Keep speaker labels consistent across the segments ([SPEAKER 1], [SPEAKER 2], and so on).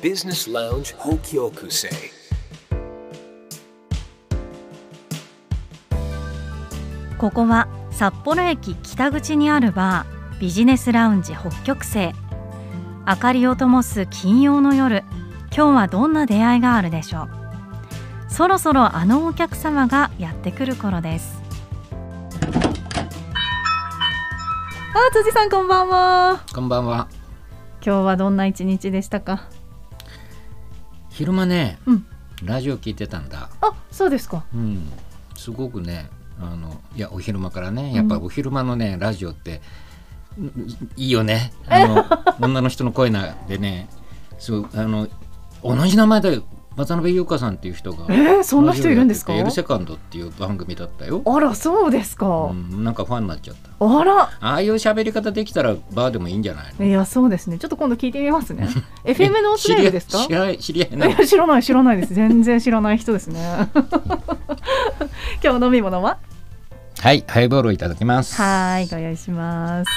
[SPEAKER 1] Business Lounge Hokyokusei.
[SPEAKER 2] 「ここは札幌駅北口にあるバービジネスラウンジ北極星」明かりを灯す金曜の夜今日はどんな出会いがあるでしょうそろそろあのお客様がやってくる頃ですあ辻さんこんばんは
[SPEAKER 3] こんばんは。
[SPEAKER 2] 今日はどんな一日でしたか
[SPEAKER 3] 昼間ね、
[SPEAKER 2] うん
[SPEAKER 3] ラジオ聞いてたんだ。
[SPEAKER 2] あそうですか
[SPEAKER 3] うん。すごくね、あのいやお昼間からね、やっぱお昼間のね、ラジオってんいいよね。 あの女の人の声なんでね、そうあの同じ名前で渡辺優香さんっていう人が
[SPEAKER 2] え。ー、そんな人いるんですか
[SPEAKER 3] エルセカンドっていう番組だったよ。
[SPEAKER 2] あらそうですか、
[SPEAKER 3] うん、なんかファンになっちゃった。
[SPEAKER 2] あら
[SPEAKER 3] ああいう喋り方できたらバーでもいいんじゃないの
[SPEAKER 2] いやそうですねちょっと今度聞いてみま すね FM のスライルですか
[SPEAKER 3] 知り合い知り合い
[SPEAKER 2] い
[SPEAKER 3] なの
[SPEAKER 2] や知らない知らないです全然知らない人ですね 今日飲み物は
[SPEAKER 3] はい、ハイボールをいただきます。
[SPEAKER 2] はいご用意します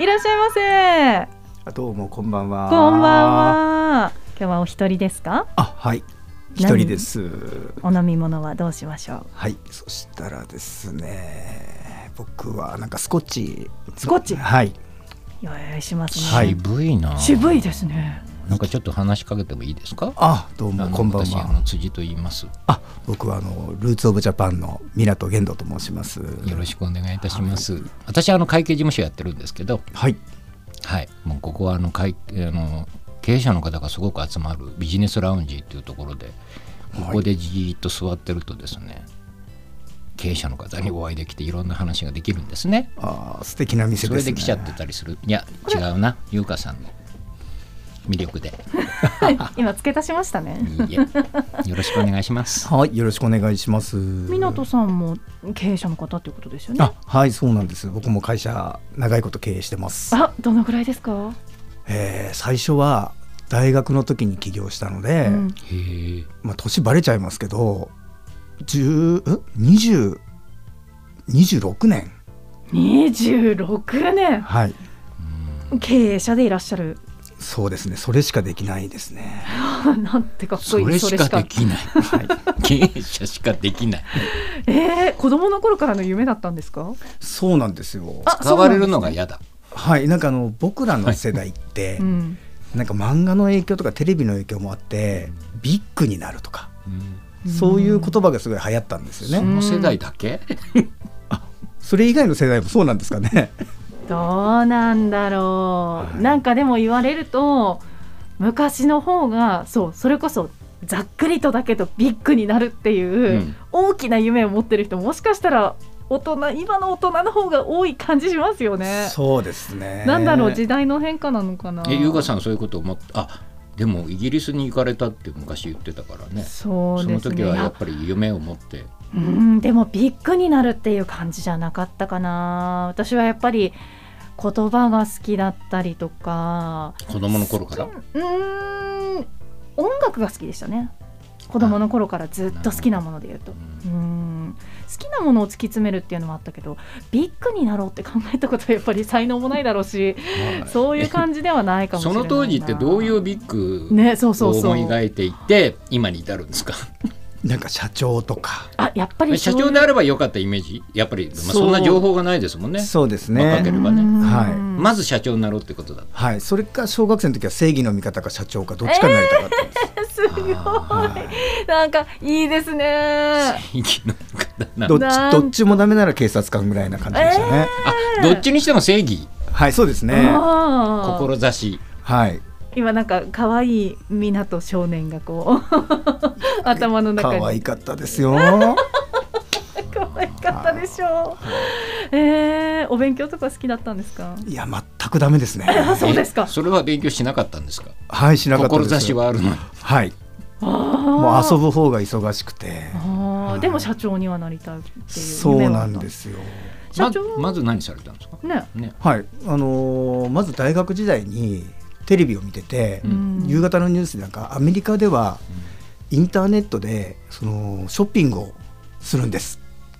[SPEAKER 2] いらっしゃいませ
[SPEAKER 4] あどうもこんばんは。
[SPEAKER 2] こんばん。は今日はお一人ですか
[SPEAKER 4] あはい一人です。
[SPEAKER 2] お飲み物はどうしましょう
[SPEAKER 4] はいそしたらですね僕はなんかスコッチ
[SPEAKER 2] スコッチ
[SPEAKER 4] はい
[SPEAKER 2] ご用意しますね、
[SPEAKER 4] はい
[SPEAKER 3] 渋いな。
[SPEAKER 2] 渋いですね
[SPEAKER 3] なんかちょっと話しかけてもいいですか。
[SPEAKER 4] あどう
[SPEAKER 3] あ
[SPEAKER 4] も
[SPEAKER 3] の
[SPEAKER 4] こんばん
[SPEAKER 3] 私あの
[SPEAKER 4] は。
[SPEAKER 3] 辻と言います。よ
[SPEAKER 4] あ僕はあのルーツオブジャパンの湊玄斗と申します。よ
[SPEAKER 3] ろしくお願いいたします。私あの会計事務所やってるんですけど、
[SPEAKER 4] はい
[SPEAKER 3] はい、もうここはあの会あの経営者の方がすごく集まるビジネスラウンジっていうところで、ここでじーっと座ってるとですね。経営者の方にお会いできていろんな話ができるんですね。
[SPEAKER 4] あ素敵な店
[SPEAKER 3] そ
[SPEAKER 4] で
[SPEAKER 3] れ
[SPEAKER 4] すね。
[SPEAKER 3] で来ちゃってたりする。いや違うな、優香さんの魅力で。
[SPEAKER 2] 今付け足しましたね
[SPEAKER 3] いいえよろしくお願いし ます。
[SPEAKER 4] はいよろしくお願いします。
[SPEAKER 2] 湊さんも経営者の方っていうことですよね
[SPEAKER 4] あはいそうなんです僕も会社長いこと経営してます。
[SPEAKER 2] あどのくらいですか、
[SPEAKER 4] えー最初は大学の時に起業したので。
[SPEAKER 2] うん
[SPEAKER 3] へえ。
[SPEAKER 4] まあ、年バレちゃいますけど10ん20 26年
[SPEAKER 2] 26年
[SPEAKER 4] はい
[SPEAKER 2] 経営者でいらっしゃる
[SPEAKER 4] そうですねそれしかできないですね
[SPEAKER 2] なんてかっこ
[SPEAKER 3] そ
[SPEAKER 2] いい
[SPEAKER 3] れしかできない。
[SPEAKER 4] はい
[SPEAKER 3] 経営者しかできない。
[SPEAKER 2] えー、子供の頃からの夢だったんですか
[SPEAKER 4] そうなんですよ
[SPEAKER 2] あ
[SPEAKER 3] 使われるのが嫌だ。
[SPEAKER 4] はいなんかあの僕らの世代って、
[SPEAKER 2] うん、
[SPEAKER 4] なんか漫画の影響とかテレビの影響もあってビッグになるとか
[SPEAKER 3] うん
[SPEAKER 4] そういう言葉がすごい流行ったんですよ
[SPEAKER 3] そ
[SPEAKER 4] ね、
[SPEAKER 3] の世代だけ？
[SPEAKER 4] それ以外の世代もそうなんですかね
[SPEAKER 2] どうなんだろう、
[SPEAKER 4] はい
[SPEAKER 2] なんかでも言われると昔の方がそうそれこそざっくりとだけどビッグになるって
[SPEAKER 3] う
[SPEAKER 2] いう、
[SPEAKER 3] ん
[SPEAKER 2] 大きな夢を持ってる人もしかしたら大人今の大人の方が多い感じしますよね。
[SPEAKER 4] そうですね
[SPEAKER 2] なんだろう時代の変化なのかな。
[SPEAKER 3] え優香さんそういうこと思っあでもイギリスに行かれたって昔言ってたからね。
[SPEAKER 2] そう
[SPEAKER 3] そ
[SPEAKER 2] で
[SPEAKER 3] の
[SPEAKER 2] す
[SPEAKER 3] 時
[SPEAKER 2] ね。
[SPEAKER 3] はいや
[SPEAKER 2] や
[SPEAKER 3] っぱり夢を持って。
[SPEAKER 2] うんでもビッグになるっていう感じじゃなかったかな。私はやっぱり言葉が好きだったりとか、
[SPEAKER 3] 子供の頃から。
[SPEAKER 2] うーん音楽が好きでしたね子供の頃からずっと好きなもので言うと
[SPEAKER 3] うん
[SPEAKER 2] うん好きなものを突き詰めるっていうのもあったけどビッグになろうって考えたことはやっぱり才能もないだろうし
[SPEAKER 3] はい
[SPEAKER 2] そういう感じではないかもしれ
[SPEAKER 3] そ
[SPEAKER 2] ない
[SPEAKER 3] の
[SPEAKER 2] な
[SPEAKER 3] 当時ってどういうビッグ
[SPEAKER 2] ねそうそ
[SPEAKER 3] を
[SPEAKER 2] うそ
[SPEAKER 3] 思いう描いていて今に至るんですか？
[SPEAKER 4] なんか社長とか
[SPEAKER 2] あやっぱり
[SPEAKER 3] 社
[SPEAKER 2] そういう
[SPEAKER 3] 長であれば良かったイメージ。やっぱりまあ
[SPEAKER 4] そう
[SPEAKER 3] そんな情報がないですもんね。
[SPEAKER 4] そうです
[SPEAKER 3] 若けれ
[SPEAKER 4] ね
[SPEAKER 3] ばね
[SPEAKER 2] うん
[SPEAKER 4] はい
[SPEAKER 3] まず社長になろうってことだった。
[SPEAKER 4] はいそれか小学生の時は正義の味方か社長かどっちかになりたかったんです、
[SPEAKER 2] すご い
[SPEAKER 3] あ
[SPEAKER 4] はい
[SPEAKER 2] なんかいいですね
[SPEAKER 3] 生きの方な
[SPEAKER 4] どっち
[SPEAKER 2] なん
[SPEAKER 4] どっちもダメなら警察官ぐらいな感じでしたね。
[SPEAKER 3] あどっちにしても正義
[SPEAKER 4] はい、そうですね。
[SPEAKER 2] あー
[SPEAKER 3] 志
[SPEAKER 4] はい。
[SPEAKER 2] 今なんか可愛い港少年がこう 頭の中に
[SPEAKER 4] 可愛かったです よ。は
[SPEAKER 2] 可愛かったでしょう。えー、お勉強とか好きだったんですか。
[SPEAKER 4] いいや、全くダメ ですね。
[SPEAKER 2] あそうですか
[SPEAKER 3] えそれは勉強しなかったんですか
[SPEAKER 4] はい、しなかったです。
[SPEAKER 3] 志はあるのに
[SPEAKER 4] はい。も
[SPEAKER 2] も
[SPEAKER 4] う遊。ぶ方が忙しくて。
[SPEAKER 2] あーでも社長にはなりたいっていう。
[SPEAKER 4] そうなんですすよ。
[SPEAKER 2] 社長
[SPEAKER 3] ままず何されたんですか
[SPEAKER 2] ね。
[SPEAKER 3] ね
[SPEAKER 4] はい、あのーまず大学時代にテレビを見てて、
[SPEAKER 2] うん
[SPEAKER 4] 夕方のニュースでなんかアメリカではインターネットでそのショッピングをするんです。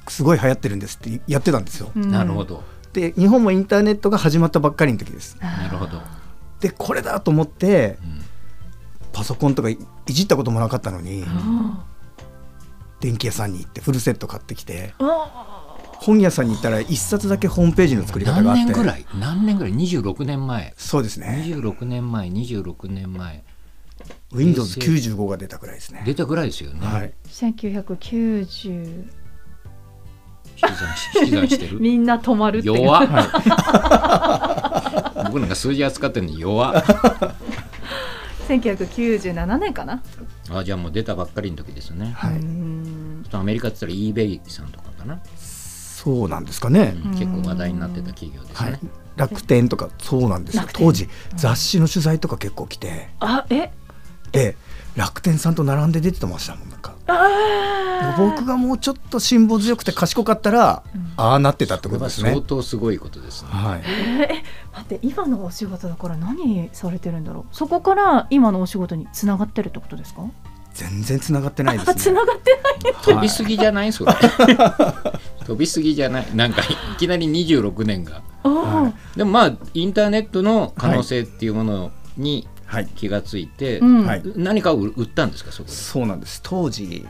[SPEAKER 4] すごい流行ってるんですってやってたんですよ。
[SPEAKER 2] うん
[SPEAKER 3] なるほ。ど
[SPEAKER 4] で、日本もインターネットが始まったばっかりの時です。
[SPEAKER 3] なるほど
[SPEAKER 4] でこれだと思って
[SPEAKER 3] うん
[SPEAKER 4] パソコンとかいいじったこともなかったのに、電気屋さんに行ってフルセット買ってきて本屋さんに行ったら一冊だけホームページの作り方があ
[SPEAKER 3] 何
[SPEAKER 4] って
[SPEAKER 3] 年ぐらい何年ぐらい26年前
[SPEAKER 4] そうですね
[SPEAKER 3] 26年前26年前
[SPEAKER 4] Windows95 が出たぐらいですね
[SPEAKER 3] 出たぐらいですよね、
[SPEAKER 4] はい
[SPEAKER 2] 1990
[SPEAKER 3] 引き算 し引き算してる
[SPEAKER 2] みんな止まるっていう
[SPEAKER 3] 弱っ 僕なんか数字扱ってるのに弱っ
[SPEAKER 2] 1997年かな、
[SPEAKER 3] あじゃあもう出たばっかりの時ですね
[SPEAKER 4] は
[SPEAKER 2] うー
[SPEAKER 4] い
[SPEAKER 2] ん
[SPEAKER 3] アメリカって言ったら eBay さんとかかな、
[SPEAKER 4] そうなんですかね、
[SPEAKER 3] うん結構話題になってた企業です
[SPEAKER 4] は
[SPEAKER 3] ね、
[SPEAKER 4] い楽天とかそうなんですよ
[SPEAKER 2] 楽天
[SPEAKER 4] 当時雑誌の取材とか結構来て
[SPEAKER 2] あえ
[SPEAKER 4] で楽天さんと並んで出てましたもんなんか
[SPEAKER 2] あー
[SPEAKER 4] 僕がもうちょっと辛抱強くて賢かったら、
[SPEAKER 2] うん
[SPEAKER 4] ああなってたって
[SPEAKER 3] こ
[SPEAKER 4] こ
[SPEAKER 3] れ
[SPEAKER 4] と
[SPEAKER 3] は
[SPEAKER 4] です
[SPEAKER 3] 相
[SPEAKER 4] ね
[SPEAKER 3] 当すごいことですね
[SPEAKER 4] はい
[SPEAKER 2] 待って今のお仕事だから何されてるんだろうそこから今のお仕事につながってるってことですか
[SPEAKER 4] 全然繋がってないです
[SPEAKER 2] あ
[SPEAKER 4] ね
[SPEAKER 2] つながってない
[SPEAKER 3] 飛びすぎじゃないそれ 飛びすぎじゃないなんかいきなり26年が
[SPEAKER 2] あー、
[SPEAKER 4] はい
[SPEAKER 3] でもまあインターネットの可能性っていうものに
[SPEAKER 4] はい、
[SPEAKER 3] 気がついて、
[SPEAKER 2] うん、
[SPEAKER 4] はい
[SPEAKER 3] 何かを売ったんですかそこ
[SPEAKER 4] そうなんです当時
[SPEAKER 3] で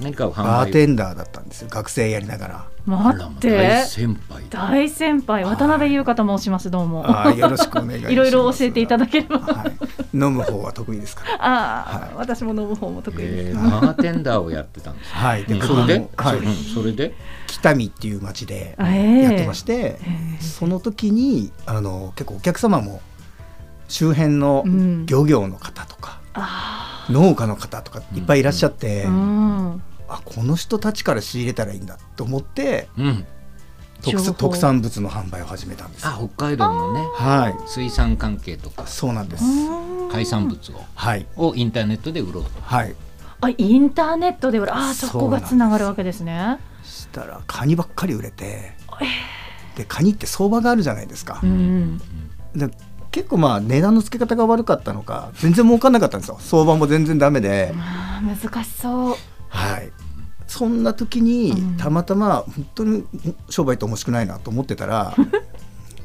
[SPEAKER 3] 何かを販売
[SPEAKER 4] バーテンダーだったんですよ学生やりながら
[SPEAKER 3] あ
[SPEAKER 2] 待
[SPEAKER 3] らま
[SPEAKER 2] っ
[SPEAKER 3] 大
[SPEAKER 2] て
[SPEAKER 3] 先輩だ
[SPEAKER 2] 大先輩渡辺優香と申しますどうも
[SPEAKER 4] あーよろしくお願いします
[SPEAKER 2] いろいろ教えていただければ
[SPEAKER 4] はい、飲む方は得意ですから
[SPEAKER 2] ああ、
[SPEAKER 4] はい
[SPEAKER 2] 私も飲む方も得意です、
[SPEAKER 3] えーバーテンダーをやってたんです
[SPEAKER 4] はいで
[SPEAKER 3] うん
[SPEAKER 4] 僕
[SPEAKER 3] それで
[SPEAKER 4] も、はい
[SPEAKER 3] そうんそれで
[SPEAKER 4] 北見っていう町で
[SPEAKER 2] あええ
[SPEAKER 4] やってまして、
[SPEAKER 2] ええ
[SPEAKER 4] その時にあの結構お客様も周辺の
[SPEAKER 2] うん
[SPEAKER 4] 漁業の方とか、
[SPEAKER 2] あ
[SPEAKER 4] 農家の方とかいっぱいいらっしゃって、
[SPEAKER 2] あ、うん、
[SPEAKER 4] あこの人たちから仕入れたらいいんだと思って
[SPEAKER 3] うん
[SPEAKER 4] 特
[SPEAKER 2] 情報
[SPEAKER 4] 特産物の販売を始めたんですよ
[SPEAKER 3] あ北海道のね
[SPEAKER 4] はい
[SPEAKER 3] 水産関係とか
[SPEAKER 4] そうなんです、
[SPEAKER 2] うん
[SPEAKER 3] 海産物を
[SPEAKER 4] はい
[SPEAKER 3] をインターネットで売ろうと
[SPEAKER 4] はい
[SPEAKER 2] あインターネットで売るああそ
[SPEAKER 4] そう
[SPEAKER 2] こ
[SPEAKER 4] な
[SPEAKER 2] が
[SPEAKER 4] んです
[SPEAKER 2] つながるわけですね
[SPEAKER 4] したらカニばっかり売れてでカニって相場があるじゃないですか
[SPEAKER 2] う、ん
[SPEAKER 4] で結構まあ値段の付け方が悪かったのか全然儲かんなかったんですよ相場も全然ダメで、
[SPEAKER 2] あー難しそう
[SPEAKER 4] はいそんな時
[SPEAKER 2] うん
[SPEAKER 4] にたまたま本当に商売って面白くないなと思ってたら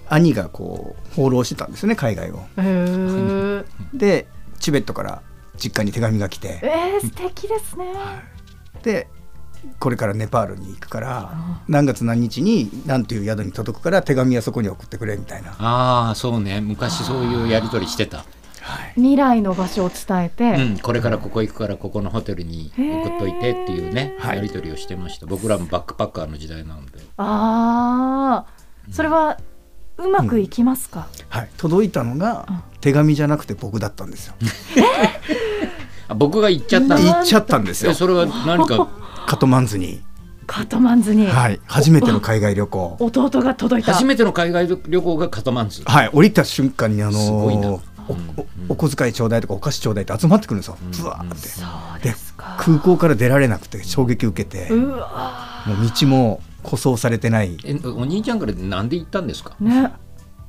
[SPEAKER 4] 兄がこう放浪してたんですよね海外を
[SPEAKER 2] へー
[SPEAKER 4] でチベットから実家に手紙が来て
[SPEAKER 2] えー、素敵ですね、
[SPEAKER 4] でこれからネパールに行くから何月何日に何という宿に届くから手紙はそこに送ってくれみたいな、
[SPEAKER 3] ああそうね昔そういうやり取りしてた、
[SPEAKER 4] はい、
[SPEAKER 2] 未来の場所を伝えて、
[SPEAKER 3] うん、これからここ行くからここのホテルに送っといてっていうね
[SPEAKER 4] へー
[SPEAKER 3] やり取りをしてました僕らもバックパッカーの時代なので
[SPEAKER 2] ああそれはうまくいきますか、
[SPEAKER 4] はい、届いたのが手紙じゃなくて僕だったんですよ。
[SPEAKER 3] あ僕が行っちゃったの
[SPEAKER 4] 行っちゃったんですよ
[SPEAKER 3] え。それは何か
[SPEAKER 4] カトマンズに、
[SPEAKER 2] カトマンズに、
[SPEAKER 4] はい、初めての海外旅行。
[SPEAKER 2] 弟が届い た
[SPEAKER 3] 初めての海外旅行がカトマンズ
[SPEAKER 4] はい、降りた瞬間にあの
[SPEAKER 3] すごいな
[SPEAKER 4] お
[SPEAKER 3] うん
[SPEAKER 4] おお小遣いちょうだいとかお菓子ちょうだいって集まってくるんですよ
[SPEAKER 3] うん。
[SPEAKER 4] ぶわーって。
[SPEAKER 2] そうですか
[SPEAKER 4] 空港から出られなくて衝撃受けて、も
[SPEAKER 2] うわ
[SPEAKER 4] う道も舗装されてない。
[SPEAKER 3] えお兄ちゃんからなんで行ったんですか
[SPEAKER 2] ーね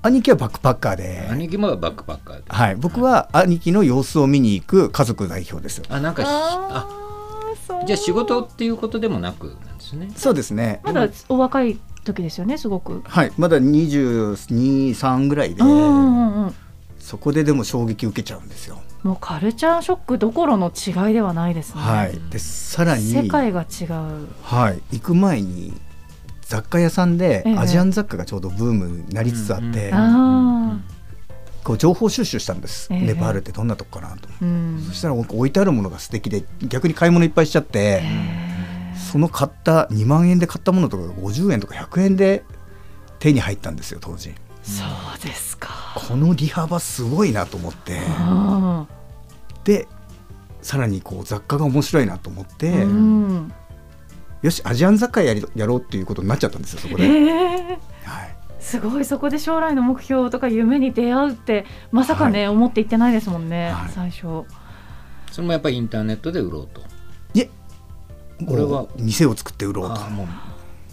[SPEAKER 4] 兄貴はバックパッカーで、
[SPEAKER 3] 兄貴もバックパッカーで
[SPEAKER 4] はい、僕は兄貴の様子を見に行く家族代表です。
[SPEAKER 3] あなんかしあ
[SPEAKER 2] あーそう
[SPEAKER 3] じゃあ仕事っていうことでもなくなんですね
[SPEAKER 4] そうですね。
[SPEAKER 2] まだお若い時ですよねすごく、
[SPEAKER 4] はい、まだ22、3ぐらいで
[SPEAKER 2] う、んうんうん
[SPEAKER 4] そこででも衝撃受けちゃうんですよ。
[SPEAKER 2] もうカルチャーショックどころの違いではないですね、
[SPEAKER 4] はい、でさらに
[SPEAKER 2] 世界が違う
[SPEAKER 4] はい、行く前に雑貨屋さんで
[SPEAKER 2] ええ
[SPEAKER 4] アジアン雑貨がちょうどブームになりつつあっ
[SPEAKER 3] う
[SPEAKER 4] て、
[SPEAKER 2] あ
[SPEAKER 4] こう情報収集したんです、
[SPEAKER 2] ええ
[SPEAKER 4] ネパールってどんなとこかなと、
[SPEAKER 2] ーうん
[SPEAKER 4] そしたら置いてあるものが素敵で逆に買い物いっぱいしちゃって、その買った2万円で買ったものとかが50円とか100円で手に入ったんですよ当時
[SPEAKER 2] そうですか、
[SPEAKER 4] この利幅すごいなと思って、
[SPEAKER 2] うん
[SPEAKER 4] でさらにこう雑貨が面白いなと思って、
[SPEAKER 2] うん
[SPEAKER 4] よしアジアン雑貨やりやろうっていうことになっちゃったんですよそこ
[SPEAKER 2] え
[SPEAKER 4] で。
[SPEAKER 2] ー
[SPEAKER 4] はい
[SPEAKER 2] すごいそこで将来の目標とか夢に出会うってまさかね、思っていってないですもんね、
[SPEAKER 4] はい
[SPEAKER 2] 最初
[SPEAKER 3] それもやっぱりインターネットで売ろうとこ
[SPEAKER 4] こ
[SPEAKER 3] れ
[SPEAKER 4] れ
[SPEAKER 3] は
[SPEAKER 4] は店を作って売ろうと
[SPEAKER 3] あーもう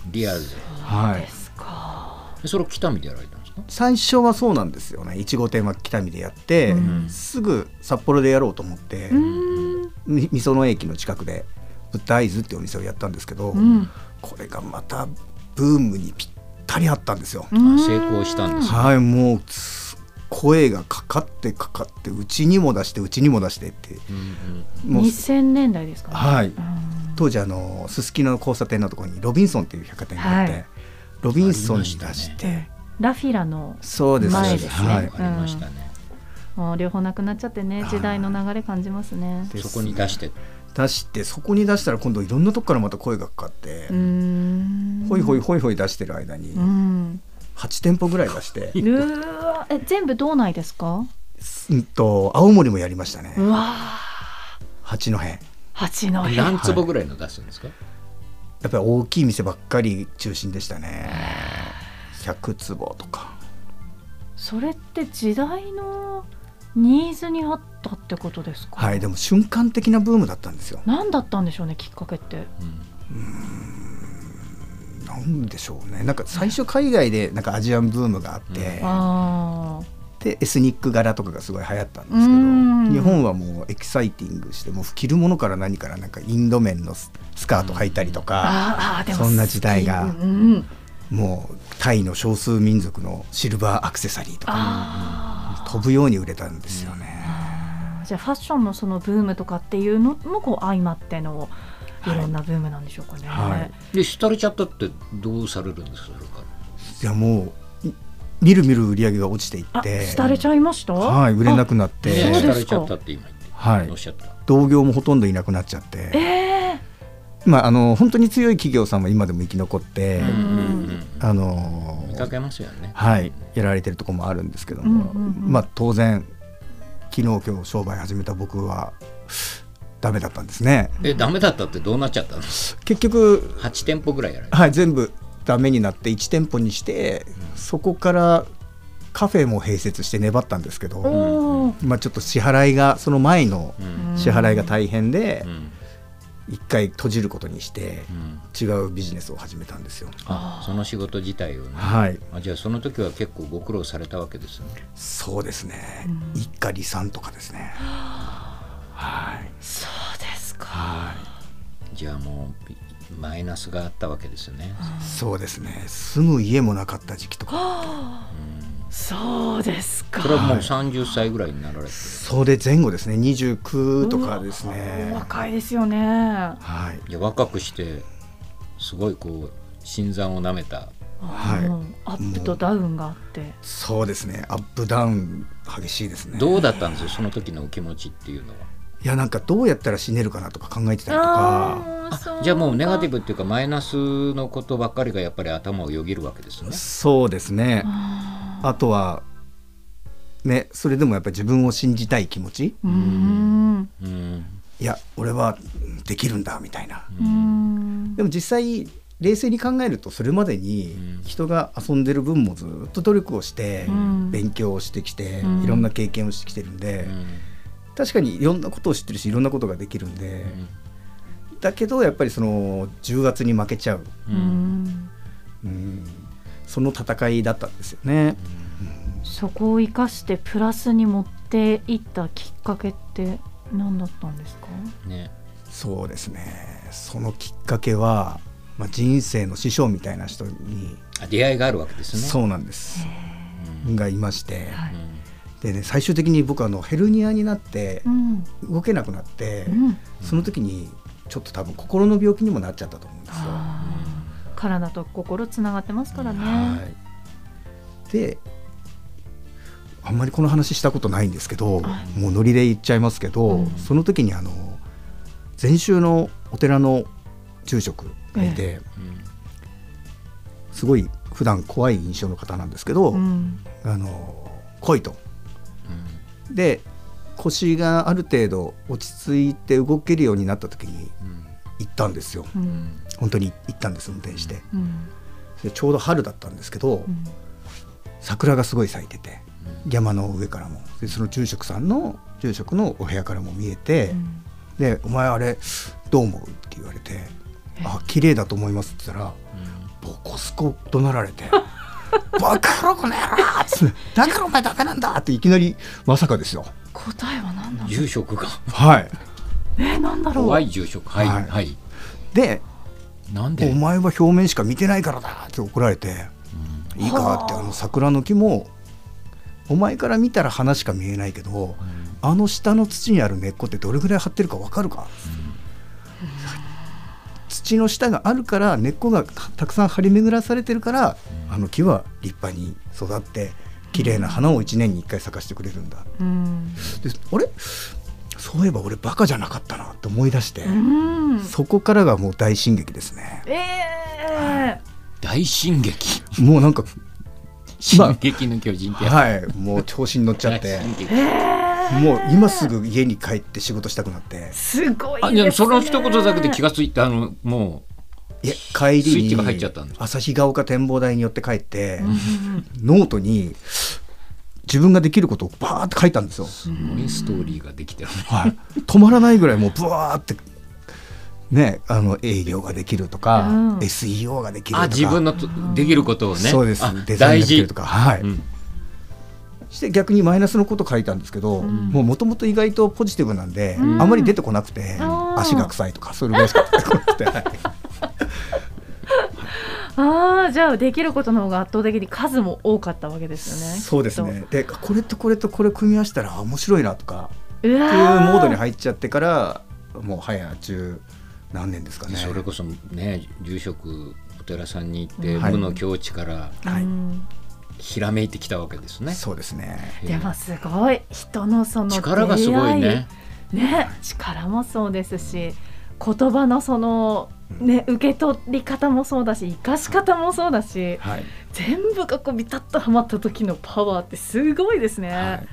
[SPEAKER 3] リアルで
[SPEAKER 4] は
[SPEAKER 2] で
[SPEAKER 4] い
[SPEAKER 2] すか
[SPEAKER 3] でそれを北見でやられたんですか
[SPEAKER 4] 最初はそうなんですよね1号店は北見でやって、
[SPEAKER 2] うん
[SPEAKER 4] すぐ札幌でやろうと思って、
[SPEAKER 2] うん
[SPEAKER 4] みみその駅の近くでブッダアイズっていうお店をやったんですけど、
[SPEAKER 2] うん
[SPEAKER 4] これがまたブームにぴったりあったんですよ、
[SPEAKER 2] うん
[SPEAKER 3] 成功したんです
[SPEAKER 4] はいもうす声がかかってかかってうちにも出してうちにも出してって
[SPEAKER 3] うんうん
[SPEAKER 4] もう
[SPEAKER 2] 2000年代ですかね。
[SPEAKER 4] はい
[SPEAKER 2] うん
[SPEAKER 4] 当時あのすすきのの交差点のところにロビンソンっていう百貨店があって、
[SPEAKER 2] はい
[SPEAKER 4] ロビンソンに出して、
[SPEAKER 2] ラフィラの
[SPEAKER 4] そうです
[SPEAKER 2] 前ですね
[SPEAKER 3] は
[SPEAKER 4] はいい
[SPEAKER 3] ありましたね。
[SPEAKER 2] もう両方なくなっちゃってね
[SPEAKER 4] はい
[SPEAKER 2] 時代の流れ感じますね。
[SPEAKER 4] です
[SPEAKER 3] そ
[SPEAKER 4] ね
[SPEAKER 3] こに出して。
[SPEAKER 4] 出してそこに出したら今度いろんなとこからまた声がかかって、
[SPEAKER 2] うーん
[SPEAKER 4] ホイホイホイホイ出してる間に
[SPEAKER 2] うん。
[SPEAKER 4] 8店舗ぐらい出して、
[SPEAKER 2] うーわえ全部道内ですか？
[SPEAKER 4] うんと青森もやりましたね
[SPEAKER 2] うわ
[SPEAKER 4] 八戸やっ
[SPEAKER 2] 八の部屋。
[SPEAKER 3] 何坪ぐらいの出すんですか。
[SPEAKER 4] ぱり大きい店ばっかり中心でしたね100坪とか
[SPEAKER 2] それって時代のニーズに合ったってことですか？
[SPEAKER 4] はいでも瞬間的なブームだったんですよ
[SPEAKER 2] 何だったんでしょうねきっかけって。
[SPEAKER 3] うん
[SPEAKER 4] なんでしょうねなんか最初海外でなんかアジアンブームがあって、
[SPEAKER 2] あ
[SPEAKER 4] でエスニック柄とかがすごい流行ったんで
[SPEAKER 2] うん
[SPEAKER 4] すけど日本はもうエキサイティングしてもう着るものから何からなんかインド面のススカート履いたりと
[SPEAKER 2] あ
[SPEAKER 4] か、
[SPEAKER 2] あーあーでも
[SPEAKER 4] そんな時代が
[SPEAKER 2] うんうん、
[SPEAKER 4] もうタイの少数民族のシルバーアクセサリーとか
[SPEAKER 2] あ
[SPEAKER 4] 飛ぶように売れたんですよね。
[SPEAKER 2] あじゃあファッションのそのブームとかっていうのもこう相まってのいろんなブームなんでしょうかね。
[SPEAKER 4] はい
[SPEAKER 3] で、廃れちゃったって、どうされるんですか。それから
[SPEAKER 4] いやもういみるみる売り上げが落ちてい
[SPEAKER 2] あ、
[SPEAKER 4] って
[SPEAKER 2] 廃れちゃいました。
[SPEAKER 4] はい、売れな
[SPEAKER 2] く。
[SPEAKER 4] くなっ
[SPEAKER 2] え
[SPEAKER 3] ね
[SPEAKER 2] そうで
[SPEAKER 4] て
[SPEAKER 3] 廃
[SPEAKER 2] すか
[SPEAKER 3] れちゃったって今言って。
[SPEAKER 4] はい
[SPEAKER 3] おっしゃった。
[SPEAKER 4] 同業もほとんどいなくなっちゃっ
[SPEAKER 2] え
[SPEAKER 4] て、
[SPEAKER 2] え
[SPEAKER 4] まあ、あの本当に強い企業さんは今でも生き残って、
[SPEAKER 3] うん
[SPEAKER 2] ん
[SPEAKER 3] うんうん
[SPEAKER 4] あの
[SPEAKER 3] 見かけますよね。
[SPEAKER 4] はい、やられてるとこもあるんですけども、
[SPEAKER 2] うんうんうん
[SPEAKER 4] まあ、当然昨日今日商売始めた僕はダメだったんですね
[SPEAKER 3] え、ダメだったってどうなっちゃったの
[SPEAKER 4] 結局、
[SPEAKER 3] 八店舗ぐらいやられた。
[SPEAKER 4] はい、全部ダメになって1店舗にしてそこからカフェも併設して粘ったんですけ
[SPEAKER 2] お
[SPEAKER 4] ど、
[SPEAKER 2] おー。
[SPEAKER 4] まあ、ちょっと支払いがその前の
[SPEAKER 3] うん
[SPEAKER 4] 支払いが大変で
[SPEAKER 3] うん
[SPEAKER 4] 1回閉じることにして
[SPEAKER 3] うん
[SPEAKER 4] 違うビジネスを始めたんですよ。
[SPEAKER 3] あその仕事自体をね。
[SPEAKER 4] はい、
[SPEAKER 3] あじゃあその時は結構ご苦労されたわけですね。
[SPEAKER 4] そうですね、一家離散とかですね。はい
[SPEAKER 2] そうですか。
[SPEAKER 3] じゃあもうマイナスがあったわけですね。
[SPEAKER 4] そうですね住む家もなかった時期とか
[SPEAKER 2] そうですか。
[SPEAKER 3] それはもう30歳ぐらいになられて、
[SPEAKER 4] それ前後ですね29とかですね
[SPEAKER 2] お若いですよね。
[SPEAKER 4] はい
[SPEAKER 3] いや若くしてすごいこう新参をなめた
[SPEAKER 4] はい
[SPEAKER 2] うんアップとダウンがあって。
[SPEAKER 4] そうですねアップダウン激しいですね
[SPEAKER 3] どうだったんですよその時のお気持ちっていうのは。
[SPEAKER 4] いやなんかどうやったら死ねるかなとか考えてたりとか
[SPEAKER 2] あーそ
[SPEAKER 3] じゃあもうネガティ
[SPEAKER 2] ブ。
[SPEAKER 3] ブっていうかマイナスのことばっかりがやっぱり頭をよぎるわけですね。
[SPEAKER 4] そうですね
[SPEAKER 2] あ
[SPEAKER 4] あとはねそれでもやっぱり自分を信じたい気持ち
[SPEAKER 2] ーうーん。
[SPEAKER 3] うん
[SPEAKER 4] いや俺はうんできるんだみたいな
[SPEAKER 2] うーん
[SPEAKER 4] でも実際冷静に考えるとそれまで
[SPEAKER 3] うん
[SPEAKER 4] に人が遊んでる分もずっと努力をして
[SPEAKER 2] うん
[SPEAKER 4] 勉強をしてきて
[SPEAKER 2] うん
[SPEAKER 4] いろんな経験をしてきてるん
[SPEAKER 3] う
[SPEAKER 4] で
[SPEAKER 3] ん
[SPEAKER 4] 確かにいろんなことを知ってるしいろんなことができるんでだけどやっぱりその重圧に負けちゃう、
[SPEAKER 3] う
[SPEAKER 2] うんん
[SPEAKER 4] うんその戦いだったんですよね。
[SPEAKER 2] そこを生かしてプラスに持っていったきっかけって何だったんですか？
[SPEAKER 3] ね
[SPEAKER 4] そうですねそのきっかけは、まあ、人生の師匠みたいな人に
[SPEAKER 3] あ出会いがあるわけですね。
[SPEAKER 4] そうなんですがいまして
[SPEAKER 2] はい
[SPEAKER 3] うん
[SPEAKER 4] で、ね、最終的に僕あのヘルニアになって
[SPEAKER 2] うん。
[SPEAKER 4] 動けなくなって
[SPEAKER 2] うん。
[SPEAKER 4] その時にちょっと多分心の病気にもなっちゃったと思うんですよ。
[SPEAKER 2] あー体と心つながってますからね。
[SPEAKER 4] はい、であんまりこの話したことないんですけど、
[SPEAKER 2] は
[SPEAKER 4] もうノリで言っちゃいますけど、
[SPEAKER 2] うん
[SPEAKER 4] その時にあの禅宗のお寺の住職がいて、
[SPEAKER 3] うん
[SPEAKER 4] すごい普段怖い印象の方なんですけど「
[SPEAKER 2] うん
[SPEAKER 4] あの来い」と。
[SPEAKER 3] うん
[SPEAKER 4] で腰がある程度落ち着いて動けるようになった時に
[SPEAKER 3] うん
[SPEAKER 4] 行ったんですよ
[SPEAKER 2] う
[SPEAKER 3] うんん
[SPEAKER 4] 本当に行ったんです運転して
[SPEAKER 2] うん
[SPEAKER 4] でちょうど春だったんですけど、
[SPEAKER 2] うん
[SPEAKER 4] 桜がすごい咲いてて
[SPEAKER 3] うん
[SPEAKER 4] 山の上からもでその住職さんの住職のお部屋からも見えて、で「お前あれどう思う?」って言われて「あ綺麗だと思います」って言ったらボコスコ怒鳴られて 「バカ野郎この野郎!」っつって「だからお前ダメなんだ!」っていきなりまさかですよ。
[SPEAKER 2] 答えは何だろう
[SPEAKER 3] 住職が
[SPEAKER 4] はい、
[SPEAKER 2] え何だろう
[SPEAKER 3] 怖い住職はいは
[SPEAKER 4] はいい、で
[SPEAKER 3] なん
[SPEAKER 4] 「
[SPEAKER 3] で
[SPEAKER 4] お前は表面しか見てないからだ!」って怒られて「いいか?」ってあの桜の木もお前から見たら花しか見えないけどあの下の土にある根っこってどれぐらい張ってるかわかるか、土の下があるから根っこがたくさん張り巡らされてるからあの木は立派に育って綺麗な花を1年に1回咲かしてくれるんだ、
[SPEAKER 2] うん
[SPEAKER 4] であれそういえば俺バカじゃなかったなって思い出して、
[SPEAKER 2] うん
[SPEAKER 4] そこからがもう大進撃ですね
[SPEAKER 2] ええ
[SPEAKER 3] 大進 撃
[SPEAKER 4] もうなんかまあ
[SPEAKER 3] 進撃の巨人ってやつ
[SPEAKER 4] はいもう調子に乗っちゃって
[SPEAKER 3] 大進撃
[SPEAKER 4] もう今すぐ家に帰って仕事したくなって
[SPEAKER 2] すごいです
[SPEAKER 3] あ
[SPEAKER 2] ね
[SPEAKER 3] でもその一言だけで気がついてあのも
[SPEAKER 4] いや帰
[SPEAKER 3] スイ
[SPEAKER 4] り
[SPEAKER 3] ッチが入っちゃ
[SPEAKER 4] に
[SPEAKER 3] ったんだ
[SPEAKER 4] 旭ヶ丘展望台に寄って帰ってノートに自分ができることをバーって書いたんですよ
[SPEAKER 3] う。すごいストーリーができてるね
[SPEAKER 4] はい、止まらないぐらいもうブワーってねあの営業ができるとか、
[SPEAKER 2] うん
[SPEAKER 4] SEO ができるとか
[SPEAKER 3] あ自分のとできることをね
[SPEAKER 4] そうです
[SPEAKER 3] あ
[SPEAKER 4] デザイ
[SPEAKER 3] 大
[SPEAKER 4] ンができ
[SPEAKER 3] 事
[SPEAKER 4] るとかはい、
[SPEAKER 3] うん
[SPEAKER 4] して逆にマイナスのこと書いたんですけど、もうもともと意外とポジティブなんで、あまり出てこなくて、
[SPEAKER 2] あー
[SPEAKER 4] 足が臭いとかそれぐらいしか出てこな くて、はい
[SPEAKER 2] ああじゃあできることの方が圧倒的に数も多かったわけですよね
[SPEAKER 4] そうですねでこれとこれとこれ組み合わせたらあ面白いなとか
[SPEAKER 2] きっとうわ
[SPEAKER 4] っていうモードに
[SPEAKER 2] っ
[SPEAKER 4] 入っちゃってからもう早中何年ですかね。
[SPEAKER 3] それこそね住職お寺さんに行っ
[SPEAKER 4] う
[SPEAKER 3] て
[SPEAKER 4] んはい
[SPEAKER 3] 無の境地から
[SPEAKER 4] はい
[SPEAKER 3] ひらめいてきたわけですね、
[SPEAKER 4] そうですね
[SPEAKER 2] でもすごい人のその
[SPEAKER 3] 力がすごい
[SPEAKER 2] 出
[SPEAKER 3] ね
[SPEAKER 2] 会いね力もそうですし言葉のそのね受け取り方もそうだし生かし方もそうだし
[SPEAKER 4] はい、
[SPEAKER 2] 全部がこうビタッとはまった時のパワーってすごいですね、
[SPEAKER 4] はい、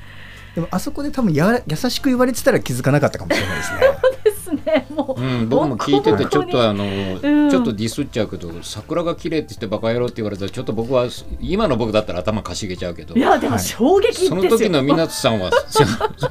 [SPEAKER 4] でもあそこで多分やら優しく言われてたら気づかなかったかもしれないですね。
[SPEAKER 2] ですねもう、
[SPEAKER 3] うん、僕も聞いててちょっとあの、
[SPEAKER 2] うん
[SPEAKER 3] ちょっとディスっちゃうけど桜が綺麗って言ってバカ野郎って言われたらちょっと僕は今の僕だったら頭かしげちゃうけど
[SPEAKER 2] いやでも衝撃ですよ、
[SPEAKER 3] その時の湊さん はそ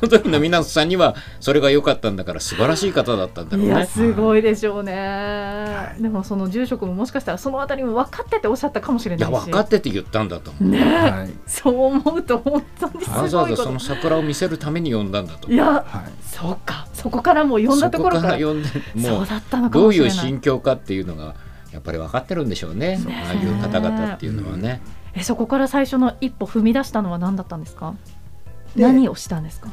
[SPEAKER 3] の時の湊さんにはそれが良かったんだから素晴らしい方だったんだろう
[SPEAKER 2] いや
[SPEAKER 3] ね。
[SPEAKER 2] すごいでしょうね、
[SPEAKER 4] い
[SPEAKER 2] でもその住職ももしかしたらそのあたりも分かってておっしゃったかもしれ
[SPEAKER 3] い
[SPEAKER 2] な
[SPEAKER 3] や
[SPEAKER 2] いし
[SPEAKER 3] 分かってて言ったんだと思
[SPEAKER 2] ね
[SPEAKER 4] はい、
[SPEAKER 2] そう思うと本当にす
[SPEAKER 3] う。わざ
[SPEAKER 2] ご
[SPEAKER 3] わ
[SPEAKER 2] い
[SPEAKER 3] ざ
[SPEAKER 2] こ
[SPEAKER 3] そ
[SPEAKER 2] と
[SPEAKER 3] の桜を見せるために呼んだんだと
[SPEAKER 2] い。や
[SPEAKER 4] はい、
[SPEAKER 2] そうかそこからもう呼んだところ
[SPEAKER 3] そこ
[SPEAKER 2] から
[SPEAKER 3] から呼んで
[SPEAKER 2] そ
[SPEAKER 3] も
[SPEAKER 2] うだったの
[SPEAKER 3] う
[SPEAKER 2] か
[SPEAKER 3] ど
[SPEAKER 2] も
[SPEAKER 3] う
[SPEAKER 2] し
[SPEAKER 3] い
[SPEAKER 2] れ
[SPEAKER 3] う
[SPEAKER 2] ない
[SPEAKER 3] 心境かっていうのがやっぱり分かってるんでしょうね。
[SPEAKER 2] ね
[SPEAKER 3] ああいう方々っていうのはね。
[SPEAKER 2] えそこから最初の一歩踏み出したのは何だったんですか
[SPEAKER 4] で
[SPEAKER 2] 何をしたんですか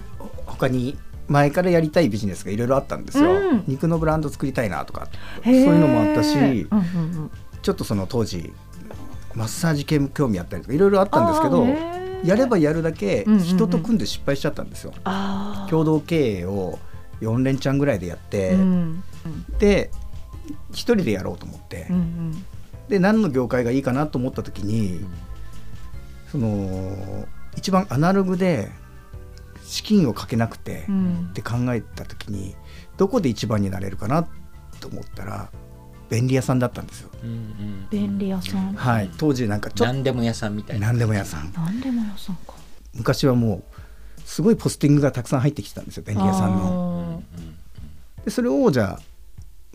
[SPEAKER 4] 他に前からやりたいビジネスがいろいろあったんですよ、
[SPEAKER 2] うん
[SPEAKER 4] 肉のブランド作りたいなとかそ
[SPEAKER 2] そう
[SPEAKER 4] いうのもあったし、
[SPEAKER 2] うんうんうん、
[SPEAKER 4] ちょっとその当時マッサージ系も興味あったりとかいろいろあったんですけ
[SPEAKER 2] あ
[SPEAKER 4] ど
[SPEAKER 2] ーへー
[SPEAKER 4] やればやるだけ
[SPEAKER 2] うんうんうん
[SPEAKER 4] 人と組んで失敗しちゃったんですよ。
[SPEAKER 2] あー
[SPEAKER 4] 共同経営を4連チャンぐらいでやって、
[SPEAKER 2] うん
[SPEAKER 4] で1人でやろうと思って、
[SPEAKER 2] うんうん
[SPEAKER 4] で何の業界がいいかなと思った時に、その一番アナログで資金をかけなくて、
[SPEAKER 2] う
[SPEAKER 4] っ
[SPEAKER 2] ん
[SPEAKER 4] て考えた時にどこで一番になれるかなと思ったら便利屋さんだったんですよ。
[SPEAKER 3] うんうん
[SPEAKER 2] 便利屋さん
[SPEAKER 4] はい、当時なんかちょっ
[SPEAKER 3] 何でも屋さんみた
[SPEAKER 4] と
[SPEAKER 3] いな。
[SPEAKER 4] 何でも屋さん
[SPEAKER 2] 何でも屋さんか
[SPEAKER 4] 昔はもうすごいポスティングがたくさん入ってきてたんですよ便利屋さんの。
[SPEAKER 2] の
[SPEAKER 4] でそれをじゃあ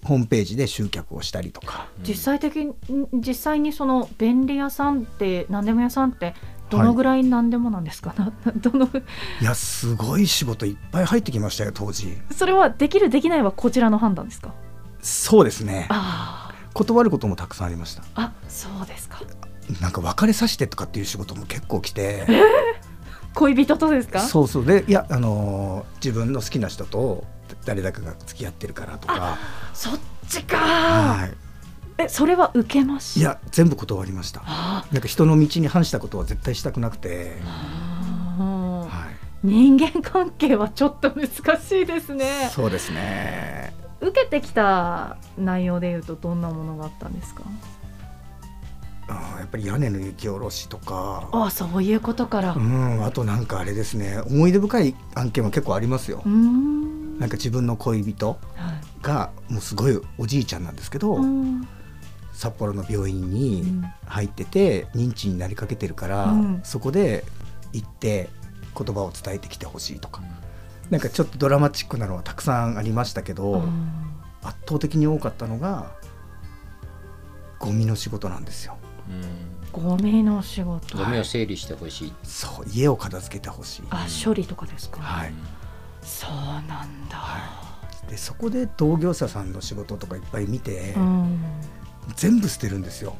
[SPEAKER 4] ホームページで集客をしたりとか
[SPEAKER 2] 実際的に実際にその便利屋さんって何でも屋さんってどのぐらい何でもなんですか、な どの
[SPEAKER 4] いやすごい仕事いっぱい入ってきましたよ当時
[SPEAKER 2] それはできるできないはこちらの判断ですか
[SPEAKER 4] そうですね
[SPEAKER 2] あ
[SPEAKER 4] 断ることもたくさんありました
[SPEAKER 2] ああそうですか
[SPEAKER 4] なんか別れさせてとかっていう仕事も結構来て
[SPEAKER 2] 恋人とですか
[SPEAKER 4] そうそうでいやあのー自分の好きな人と誰だかが付き合ってるからとか
[SPEAKER 2] そっちか
[SPEAKER 4] は
[SPEAKER 2] えそれは受けました
[SPEAKER 4] いいや全部断りました
[SPEAKER 2] あ
[SPEAKER 4] なんか人の道に反したことは絶対したくなくて、
[SPEAKER 2] あ
[SPEAKER 4] はい
[SPEAKER 2] 人間関係はちょっと難しいですね
[SPEAKER 4] そうですね
[SPEAKER 2] 受けてきた内容でいうとどんなものがあったんですか
[SPEAKER 4] あーやっぱり屋根の雪下ろしとか
[SPEAKER 2] ああそういうことから
[SPEAKER 4] うんあとなんかあれですね思い出深い案件は結構ありますよ
[SPEAKER 2] うーん
[SPEAKER 4] なんか自分の恋人
[SPEAKER 2] はい
[SPEAKER 4] がもうすごいおじいちゃんなんですけど、
[SPEAKER 2] うん
[SPEAKER 4] 札幌の病院
[SPEAKER 2] う
[SPEAKER 4] に
[SPEAKER 2] ん
[SPEAKER 4] 入ってて認知になりかけてるから、
[SPEAKER 2] うん
[SPEAKER 4] そこで行って言葉を伝えてきてほしいとか、なんかちょっとドラマチックなのはたくさんありましたけど、
[SPEAKER 2] うん
[SPEAKER 4] 圧倒的に多かったのがゴミの仕事なんですよ。
[SPEAKER 3] うん
[SPEAKER 2] ゴミの仕事
[SPEAKER 3] ゴミを整理してほしい。
[SPEAKER 4] そう家を片付けてほしい。
[SPEAKER 2] あ処理とかですか、
[SPEAKER 4] はい、
[SPEAKER 2] そうなんだ、
[SPEAKER 4] でそこで同業者さんの仕事とかいっぱい見て、
[SPEAKER 2] うん
[SPEAKER 4] 全部捨てるんですよ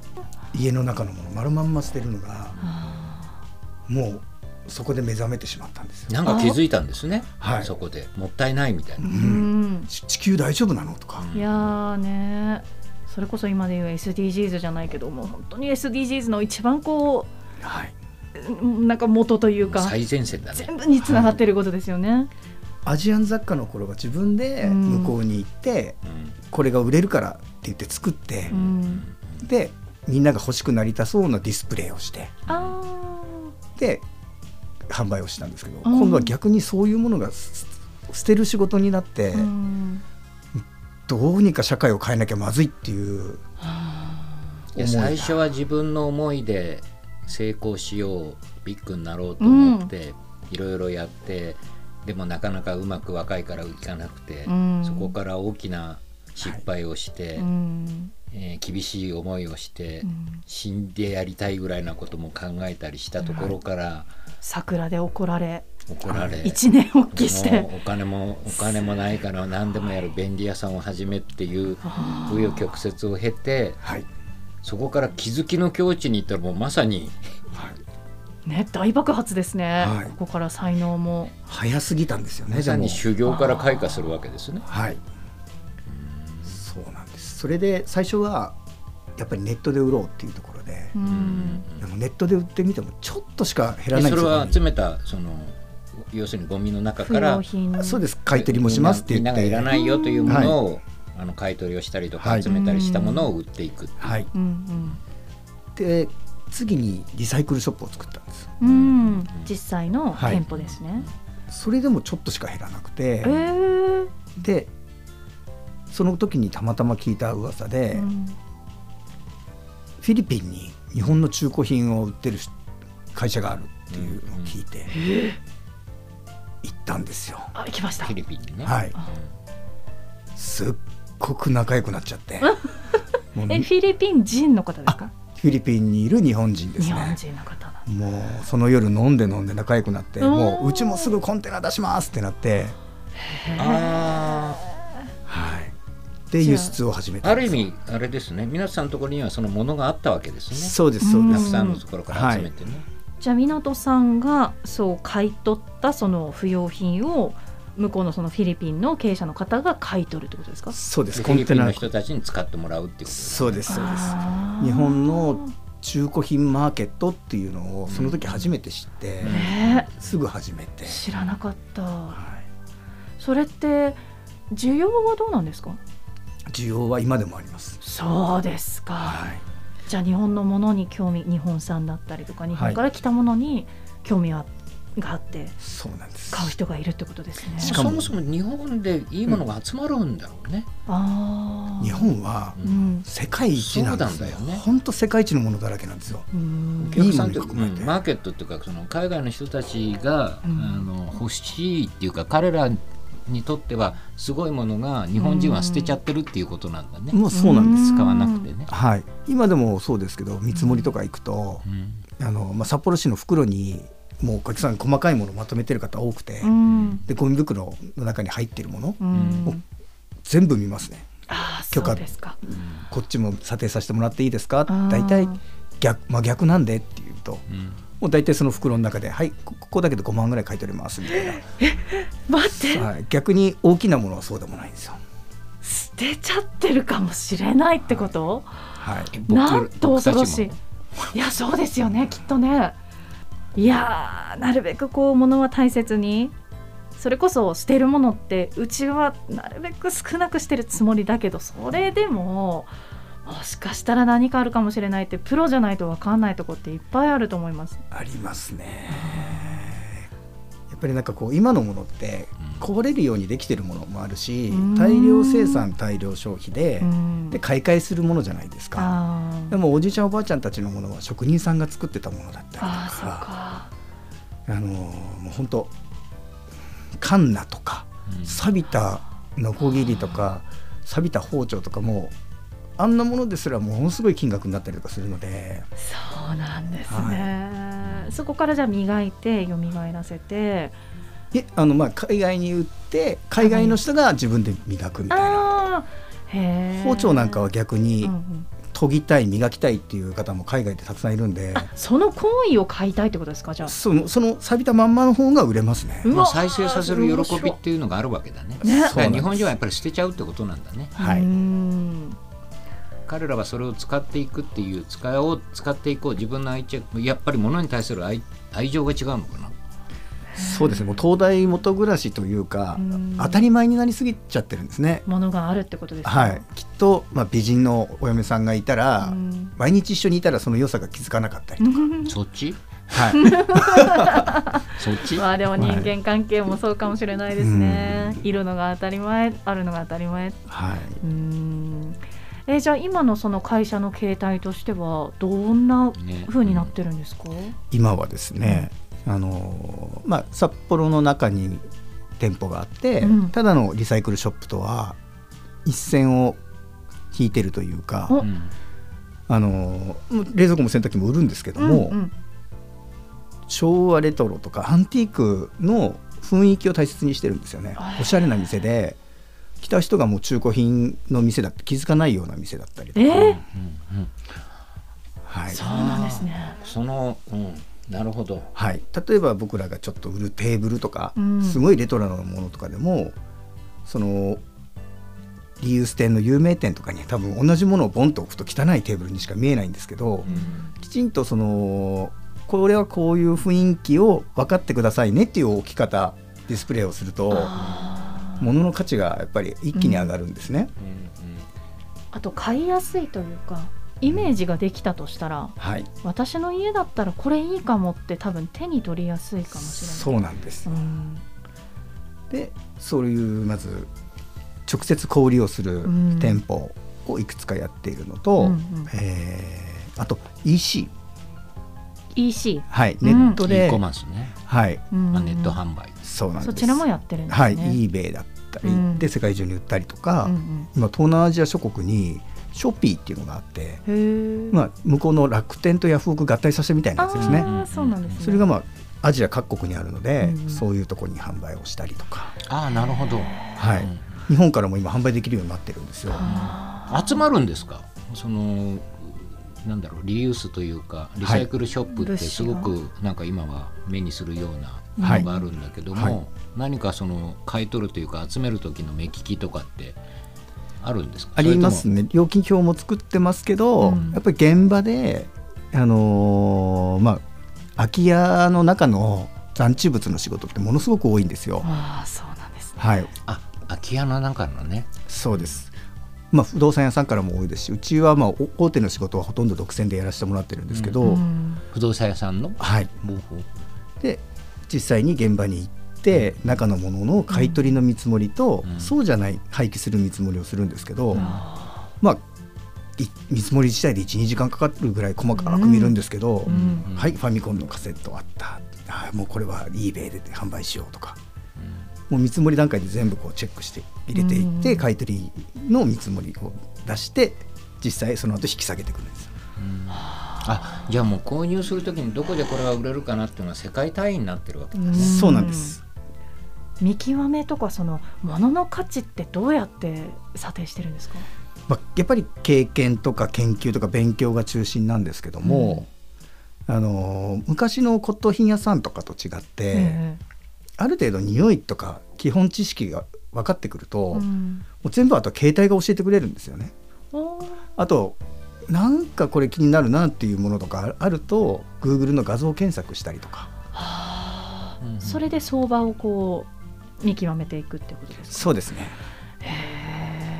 [SPEAKER 4] 家の中のもの丸まんま捨てるのが
[SPEAKER 2] あ
[SPEAKER 4] もうそこで目覚めてしまったんですよ。
[SPEAKER 3] なんか気づいたんですね、
[SPEAKER 4] はい
[SPEAKER 3] そこでもったいないみたいな、
[SPEAKER 2] う
[SPEAKER 4] うん
[SPEAKER 2] ん
[SPEAKER 4] ち地球大丈夫なのとか、
[SPEAKER 2] いやーねそれこそ今で言う SDGs じゃないけども本当に SDGs の一番こ
[SPEAKER 4] はい、
[SPEAKER 2] ううんなんか元というか
[SPEAKER 3] 最前線だね
[SPEAKER 2] 全部につながってることですよね。
[SPEAKER 4] アジアン雑貨の頃は自分で
[SPEAKER 2] うん
[SPEAKER 4] 向こうに行って、
[SPEAKER 3] うん
[SPEAKER 4] これが売れるからって言って作って
[SPEAKER 2] う、ん、
[SPEAKER 4] でみんなが欲しくなりたそうなディスプレイをして
[SPEAKER 2] あ
[SPEAKER 4] で販売をしたんですけど、
[SPEAKER 2] うん
[SPEAKER 4] 今度は逆にそういうものがす捨てる仕事になっ
[SPEAKER 2] ー、
[SPEAKER 4] て、
[SPEAKER 2] うん
[SPEAKER 4] どうにか社会を変えなきゃまずいっていう
[SPEAKER 3] いや
[SPEAKER 4] 思いが
[SPEAKER 3] 最初は自分の思いで成功しようビッグになろうと思っていろいろやってでもなかなかうまく若いからいかなくて、
[SPEAKER 2] うん
[SPEAKER 3] そこから大きな失敗をして、
[SPEAKER 2] うん
[SPEAKER 3] えー厳しい思いをして、
[SPEAKER 2] うん
[SPEAKER 3] 死んでやりたいぐらいなことも考えたりしたところから
[SPEAKER 2] 桜で怒られ
[SPEAKER 3] 怒られ、
[SPEAKER 2] 一年発起し
[SPEAKER 3] で
[SPEAKER 2] て
[SPEAKER 3] もお金もお金もないから何でもやる便利屋さんを始めっていう紆余曲折を経て
[SPEAKER 4] はい、
[SPEAKER 3] そこから気づきの境地に行ったらもうまさに。
[SPEAKER 4] はい、
[SPEAKER 2] ね大爆発ですね、
[SPEAKER 4] はい
[SPEAKER 2] ここから才能も
[SPEAKER 4] 早すぎたんですよね
[SPEAKER 3] ま
[SPEAKER 4] じ
[SPEAKER 3] さ
[SPEAKER 4] ゃあもう
[SPEAKER 3] に修行から開花するわけですね。
[SPEAKER 4] はいそうなんですそれで最初はやっぱりネットで売ろうっていうところで、
[SPEAKER 2] う
[SPEAKER 3] うん
[SPEAKER 2] ん
[SPEAKER 4] でもネットで売ってみてもちょっとしか減ら
[SPEAKER 3] で
[SPEAKER 4] ない
[SPEAKER 3] そ
[SPEAKER 4] んで
[SPEAKER 3] れ
[SPEAKER 4] すよ
[SPEAKER 3] は集
[SPEAKER 4] ゴミ
[SPEAKER 3] めたその要するにゴミの中
[SPEAKER 2] 不
[SPEAKER 3] から
[SPEAKER 2] 良品
[SPEAKER 4] そうです買い取りもしますって
[SPEAKER 3] みん
[SPEAKER 4] 言
[SPEAKER 3] な
[SPEAKER 4] っ
[SPEAKER 3] みんながいら
[SPEAKER 4] て
[SPEAKER 3] ないよというものを、あの買い取りをしたりと
[SPEAKER 4] は
[SPEAKER 3] か
[SPEAKER 4] い
[SPEAKER 3] 集めたりしたものを売っていく。
[SPEAKER 4] はい
[SPEAKER 2] うん
[SPEAKER 4] で次にリサイクルショップを作ったんです
[SPEAKER 2] うんうん実際の
[SPEAKER 4] はい
[SPEAKER 2] 店舗ですね、
[SPEAKER 4] それでもちょっとしか減らなくて
[SPEAKER 2] えー
[SPEAKER 4] でその時にたまたま聞いた噂で、
[SPEAKER 2] うん
[SPEAKER 4] フィリピンに日本の中古品を売ってるし会社があるっていうのを聞いて、行ったんですよ。
[SPEAKER 2] あ来ました
[SPEAKER 3] フィリピンにね。
[SPEAKER 4] はい
[SPEAKER 2] あ、
[SPEAKER 4] すっごく仲良くなっちゃ ってもう
[SPEAKER 2] え
[SPEAKER 4] フ
[SPEAKER 2] フィリピン人の方ですか
[SPEAKER 4] ィリピンにいる日本人です
[SPEAKER 2] 日本
[SPEAKER 4] ね
[SPEAKER 2] 人の方だ
[SPEAKER 4] もうその夜飲んで飲んで仲良くなって
[SPEAKER 2] うん
[SPEAKER 4] もううちもすぐコンテナ出しますってなって、
[SPEAKER 3] あ
[SPEAKER 4] はい、で
[SPEAKER 2] じゃあ
[SPEAKER 4] 輸出を始め
[SPEAKER 3] ー
[SPEAKER 4] た
[SPEAKER 3] あ
[SPEAKER 4] んで
[SPEAKER 3] る意
[SPEAKER 4] す
[SPEAKER 3] 味あれですね。皆さんのところにはそのものがあったわけですね。
[SPEAKER 4] そうですそう
[SPEAKER 3] た
[SPEAKER 4] で
[SPEAKER 3] く
[SPEAKER 4] す、
[SPEAKER 3] さんのところから集めてね。
[SPEAKER 2] じゃあ湊さんがそう買い取ったその不用品を向こうのそのフィリピンの経営者の方が買い取るってことですか
[SPEAKER 4] そうで
[SPEAKER 3] ですフ
[SPEAKER 4] コ
[SPEAKER 3] ィ
[SPEAKER 4] ン
[SPEAKER 3] リピ
[SPEAKER 4] テ
[SPEAKER 3] ンの
[SPEAKER 4] ナ
[SPEAKER 3] 人たちに使ってもらうっていうことですね
[SPEAKER 4] そうですそうです
[SPEAKER 2] あー
[SPEAKER 4] 日本の中古品マーケットっていうのをその時初めて知って、
[SPEAKER 2] ね
[SPEAKER 4] すぐ始めて
[SPEAKER 2] え、知らなかった
[SPEAKER 4] は
[SPEAKER 2] それって需要はどうなんですか
[SPEAKER 4] い、需要は今でもあります、
[SPEAKER 2] そうですか、
[SPEAKER 4] はい、
[SPEAKER 2] じゃあ日本のものに興味日本産だったりとか日本から来たものに興味はがあって
[SPEAKER 4] そうなんです
[SPEAKER 2] 買う人がいるってことですね
[SPEAKER 4] しかも
[SPEAKER 3] そもそも日本でいいものが集まるんだろうね。
[SPEAKER 2] あー
[SPEAKER 4] 日本は
[SPEAKER 2] うん
[SPEAKER 4] 世界一なんです
[SPEAKER 3] そう
[SPEAKER 4] よ
[SPEAKER 3] なんだよね
[SPEAKER 4] 本当世界一のものだらけなんですよ
[SPEAKER 2] うん
[SPEAKER 3] お客さんとい
[SPEAKER 4] いいうも
[SPEAKER 3] か
[SPEAKER 4] のに含めて
[SPEAKER 3] うんマーケットっていうかその海外の人たちが、
[SPEAKER 2] うん
[SPEAKER 3] あの欲しいっていうか彼らにとってはすごいものが日本人は捨てちゃってるっていうことなんだね、
[SPEAKER 4] もうそうなんです
[SPEAKER 2] うん
[SPEAKER 3] 使わなくてね、
[SPEAKER 4] はい今でもそうですけど見積もりとか行くと
[SPEAKER 3] う、
[SPEAKER 4] あのまあ、札幌市の袋にもうお客さん細かいものをまとめてる方多くて、
[SPEAKER 2] うん
[SPEAKER 4] でゴミ袋の中に入ってるもの
[SPEAKER 2] うん
[SPEAKER 4] お全部見ますね
[SPEAKER 2] ああ
[SPEAKER 4] 許
[SPEAKER 2] そ
[SPEAKER 4] 可
[SPEAKER 2] うですか
[SPEAKER 4] こっちも査定させてもらっていいですか
[SPEAKER 2] あー
[SPEAKER 4] 大体逆,、まあ、逆なんでっていうと
[SPEAKER 3] ん
[SPEAKER 4] もう大体その袋の中で「はいこここだけで5万ぐらい買い取ります」みたい
[SPEAKER 2] 待って
[SPEAKER 4] な、はい、逆に大きなものはそうでもないんですよ。
[SPEAKER 2] 捨てちゃってるかもしれないってこと、
[SPEAKER 4] はい、
[SPEAKER 3] 僕
[SPEAKER 2] なんと恐ろ
[SPEAKER 3] 僕た
[SPEAKER 2] し
[SPEAKER 3] ち
[SPEAKER 2] い
[SPEAKER 3] も
[SPEAKER 2] いやそうですよねきっとねいやーなるべくこう物は大切にそれこそ捨てるものってうちはなるべく少なくしてるつもりだけどそれでももしかしたら何かあるかもしれないってプロじゃないと分かんないとこっていっぱいあると思います。
[SPEAKER 4] ありますね。やっぱりなんかこう今のものって
[SPEAKER 3] うん
[SPEAKER 4] こぼれるようにできてるものもあるし
[SPEAKER 2] うん
[SPEAKER 4] 大量生産大量消費で
[SPEAKER 2] うん
[SPEAKER 4] で買い替えするものじゃないですか。
[SPEAKER 2] あー
[SPEAKER 4] でもおじいちゃんおばあちゃんたちのものは職人さんが作ってたものだったりと
[SPEAKER 2] あーそう
[SPEAKER 4] か
[SPEAKER 2] か
[SPEAKER 4] あのーもう本当カンナとか
[SPEAKER 3] うん
[SPEAKER 4] 錆びたノコギリとか錆びた包丁とかもあんなものですらものすごい金額になったりとかするので
[SPEAKER 2] そうなんですね、そこからじゃあ磨いて蘇らせて
[SPEAKER 4] いえあのまあ海外に売って海外の人が自分で磨くみたいな、
[SPEAKER 2] ああへえ
[SPEAKER 4] 包丁なんかは逆に
[SPEAKER 2] うん
[SPEAKER 4] 研ぎたい磨きたいっていう方も海外でたくさんいるんで
[SPEAKER 2] あその行為を買いたいってことですかじゃあ
[SPEAKER 4] そのその錆びたまんまの方が売れますね。
[SPEAKER 2] う
[SPEAKER 3] まあ、
[SPEAKER 2] わ
[SPEAKER 3] 再生させる
[SPEAKER 2] 面
[SPEAKER 3] 喜
[SPEAKER 2] 白
[SPEAKER 3] び
[SPEAKER 2] い
[SPEAKER 3] っていうのがあるわけだね。だ
[SPEAKER 2] ね
[SPEAKER 3] から
[SPEAKER 4] そうなんで
[SPEAKER 3] 日
[SPEAKER 4] す
[SPEAKER 3] 本人はやっぱり捨てちゃうってことなんだね。
[SPEAKER 4] はいう
[SPEAKER 2] ーん
[SPEAKER 3] 彼らはそれを使っていくっていう使おう使っていこう自分の愛着やっぱり物に対する愛愛情が違うのかな。
[SPEAKER 4] そうですねもう東大元暮らしというか
[SPEAKER 2] うん
[SPEAKER 4] 当たり前になりすぎちゃってるんですね。
[SPEAKER 2] ものがあるってことですか
[SPEAKER 4] はい、きっと、まあ、美人のお嫁さんがいたら、
[SPEAKER 2] うん
[SPEAKER 4] 毎日一緒にいたらその良さが気づかなかったり、
[SPEAKER 3] そっ ち
[SPEAKER 4] はい、
[SPEAKER 3] そっ ち
[SPEAKER 2] まあでも人間関係もそうかもしれないですね、いるのが当たり前あるのが当たり前
[SPEAKER 4] はい、
[SPEAKER 2] うーんえじゃあ今のその会社の形態としてはどんな
[SPEAKER 3] ね
[SPEAKER 2] 風になってるんですか、
[SPEAKER 4] 今はですね、あのまあ、札幌の中に店舗があって、
[SPEAKER 2] うん
[SPEAKER 4] ただのリサイクルショップとは一線を引いてるというか、
[SPEAKER 3] う
[SPEAKER 2] お
[SPEAKER 3] ん
[SPEAKER 4] あの冷蔵庫も洗濯機も売るんですけども、
[SPEAKER 2] うんうん
[SPEAKER 4] 昭和レトロとかアンティークの雰囲気を大切にしてるんですよね
[SPEAKER 2] はい
[SPEAKER 4] おしゃれな店で来た人がもう中古品の店だって気づかないような店だったりと
[SPEAKER 2] え
[SPEAKER 4] か、
[SPEAKER 2] ー
[SPEAKER 3] うんうん
[SPEAKER 4] はい
[SPEAKER 2] そうなんですね
[SPEAKER 3] その、うん、なるほど。
[SPEAKER 4] はい、例えば僕らがちょっと売るテーブルとか、
[SPEAKER 2] うん
[SPEAKER 4] すごいレトロなものとかでもそのリユース店の有名店とかに多分同じものをボンと置くと汚いテーブルにしか見えないんですけど、きちんとそのこれはこういう雰囲気を分かってくださいねっていう置き方ディスプレイをすると
[SPEAKER 2] あー
[SPEAKER 4] 物の価値がやっぱり一気に上がるんですね。
[SPEAKER 3] うんうん
[SPEAKER 2] あと買いやすいというかイメージができたとしたら
[SPEAKER 4] はい、
[SPEAKER 2] 私の家だったらこれいいかもって多分手に取りやすいかもしれない
[SPEAKER 4] そうなんです、
[SPEAKER 2] うん
[SPEAKER 4] でそういうまず直接小売りをする
[SPEAKER 2] うん
[SPEAKER 4] 店舗をいくつかやっているのと、
[SPEAKER 2] うんうん
[SPEAKER 4] えーあと EC、
[SPEAKER 2] EC、
[SPEAKER 4] はい、
[SPEAKER 2] うん
[SPEAKER 4] ネット
[SPEAKER 3] e
[SPEAKER 4] で、
[SPEAKER 3] コマースね、
[SPEAKER 4] はい、
[SPEAKER 2] うん
[SPEAKER 3] まあ、ネット販売。
[SPEAKER 4] そうなんです
[SPEAKER 2] そちらもやってるんですね、
[SPEAKER 4] はい、eBay だったり
[SPEAKER 2] うん
[SPEAKER 4] で世界中に売ったりとか、
[SPEAKER 2] うん
[SPEAKER 4] 今東南アジア諸国にショッピーっていうのがあって、
[SPEAKER 2] うん、へえ、
[SPEAKER 4] まあ、向こうの楽天とヤフオク合体させたみたいなやつですね
[SPEAKER 2] あーそうなんですね
[SPEAKER 4] それがまあアジア各国にあるので、
[SPEAKER 2] うん
[SPEAKER 4] そういうところに販売をしたりとか、
[SPEAKER 3] ああなるほど。
[SPEAKER 4] は
[SPEAKER 3] う
[SPEAKER 4] い
[SPEAKER 3] ん、
[SPEAKER 4] 日本からも今販売できるようになってるんですよ。
[SPEAKER 2] あ
[SPEAKER 3] 集まるんですかそのなんだろうリユースというかリサイクルショップって
[SPEAKER 2] 物資
[SPEAKER 3] す
[SPEAKER 2] が
[SPEAKER 3] ごくなんか今は目にするような
[SPEAKER 4] はい
[SPEAKER 3] のがあるんだけども、
[SPEAKER 4] はい
[SPEAKER 3] 何かその買い取るというか集める時の目利きとかってあるんですか
[SPEAKER 4] ありますね料金表も作ってますけど、
[SPEAKER 2] うん
[SPEAKER 4] やっぱり現場で、あのーまあ、空き家の中の残地物の仕事ってものすごく多いんですよ
[SPEAKER 2] ー。あーそうなんですね
[SPEAKER 4] はい、
[SPEAKER 3] それともあ空き家の中のね
[SPEAKER 4] そうです、まあ、不動産屋さんからも多いですしうちは、まあ、お大手の仕事はほとんど独占でやらせてもらってるんですけど、
[SPEAKER 2] うん
[SPEAKER 3] 不動産屋さんの
[SPEAKER 4] はい、
[SPEAKER 3] 方法
[SPEAKER 4] で実際に現場に行って中のものの買い取りの見積もりと、
[SPEAKER 3] うん
[SPEAKER 4] そうじゃない廃棄する見積もりをするんですけど、
[SPEAKER 2] あ
[SPEAKER 4] まあい見積もり自体で12時間かかるぐらい細かく見るんですけど、
[SPEAKER 2] ーうん
[SPEAKER 3] うん
[SPEAKER 4] はい、ファミコンのカセットあったあーもうこれは eBay で販売しようとかもう見積もり段階で全部こうチェックして入れていっ
[SPEAKER 2] う
[SPEAKER 4] て
[SPEAKER 2] ん
[SPEAKER 4] 買い取りの見積もりを出して実際その後引き下げてくるんですよ
[SPEAKER 3] あじゃあもう購入する時にどこでこれは売れるかなっていうのは世界単位になってるわけ
[SPEAKER 2] うん
[SPEAKER 4] そうなんです
[SPEAKER 2] 見極めとかその物の価値ってどうやって査定してるんですか
[SPEAKER 4] まあ、やっぱり経験とか研究とか勉強が中心なんですけども、あのー昔の骨董品屋さんとかと違って、
[SPEAKER 2] え
[SPEAKER 4] ある程度匂いとか基本知識が分かってくると、
[SPEAKER 2] えう
[SPEAKER 4] も
[SPEAKER 2] ん
[SPEAKER 4] う全部あとは携帯が教えてくれるんですよね。
[SPEAKER 2] おー
[SPEAKER 4] あとなんかこれ気になるなっていうものとかあると Google の画像検索したりとか
[SPEAKER 2] はあ
[SPEAKER 3] うん
[SPEAKER 2] それで相場をこう見極めていくってことですか
[SPEAKER 4] そうですね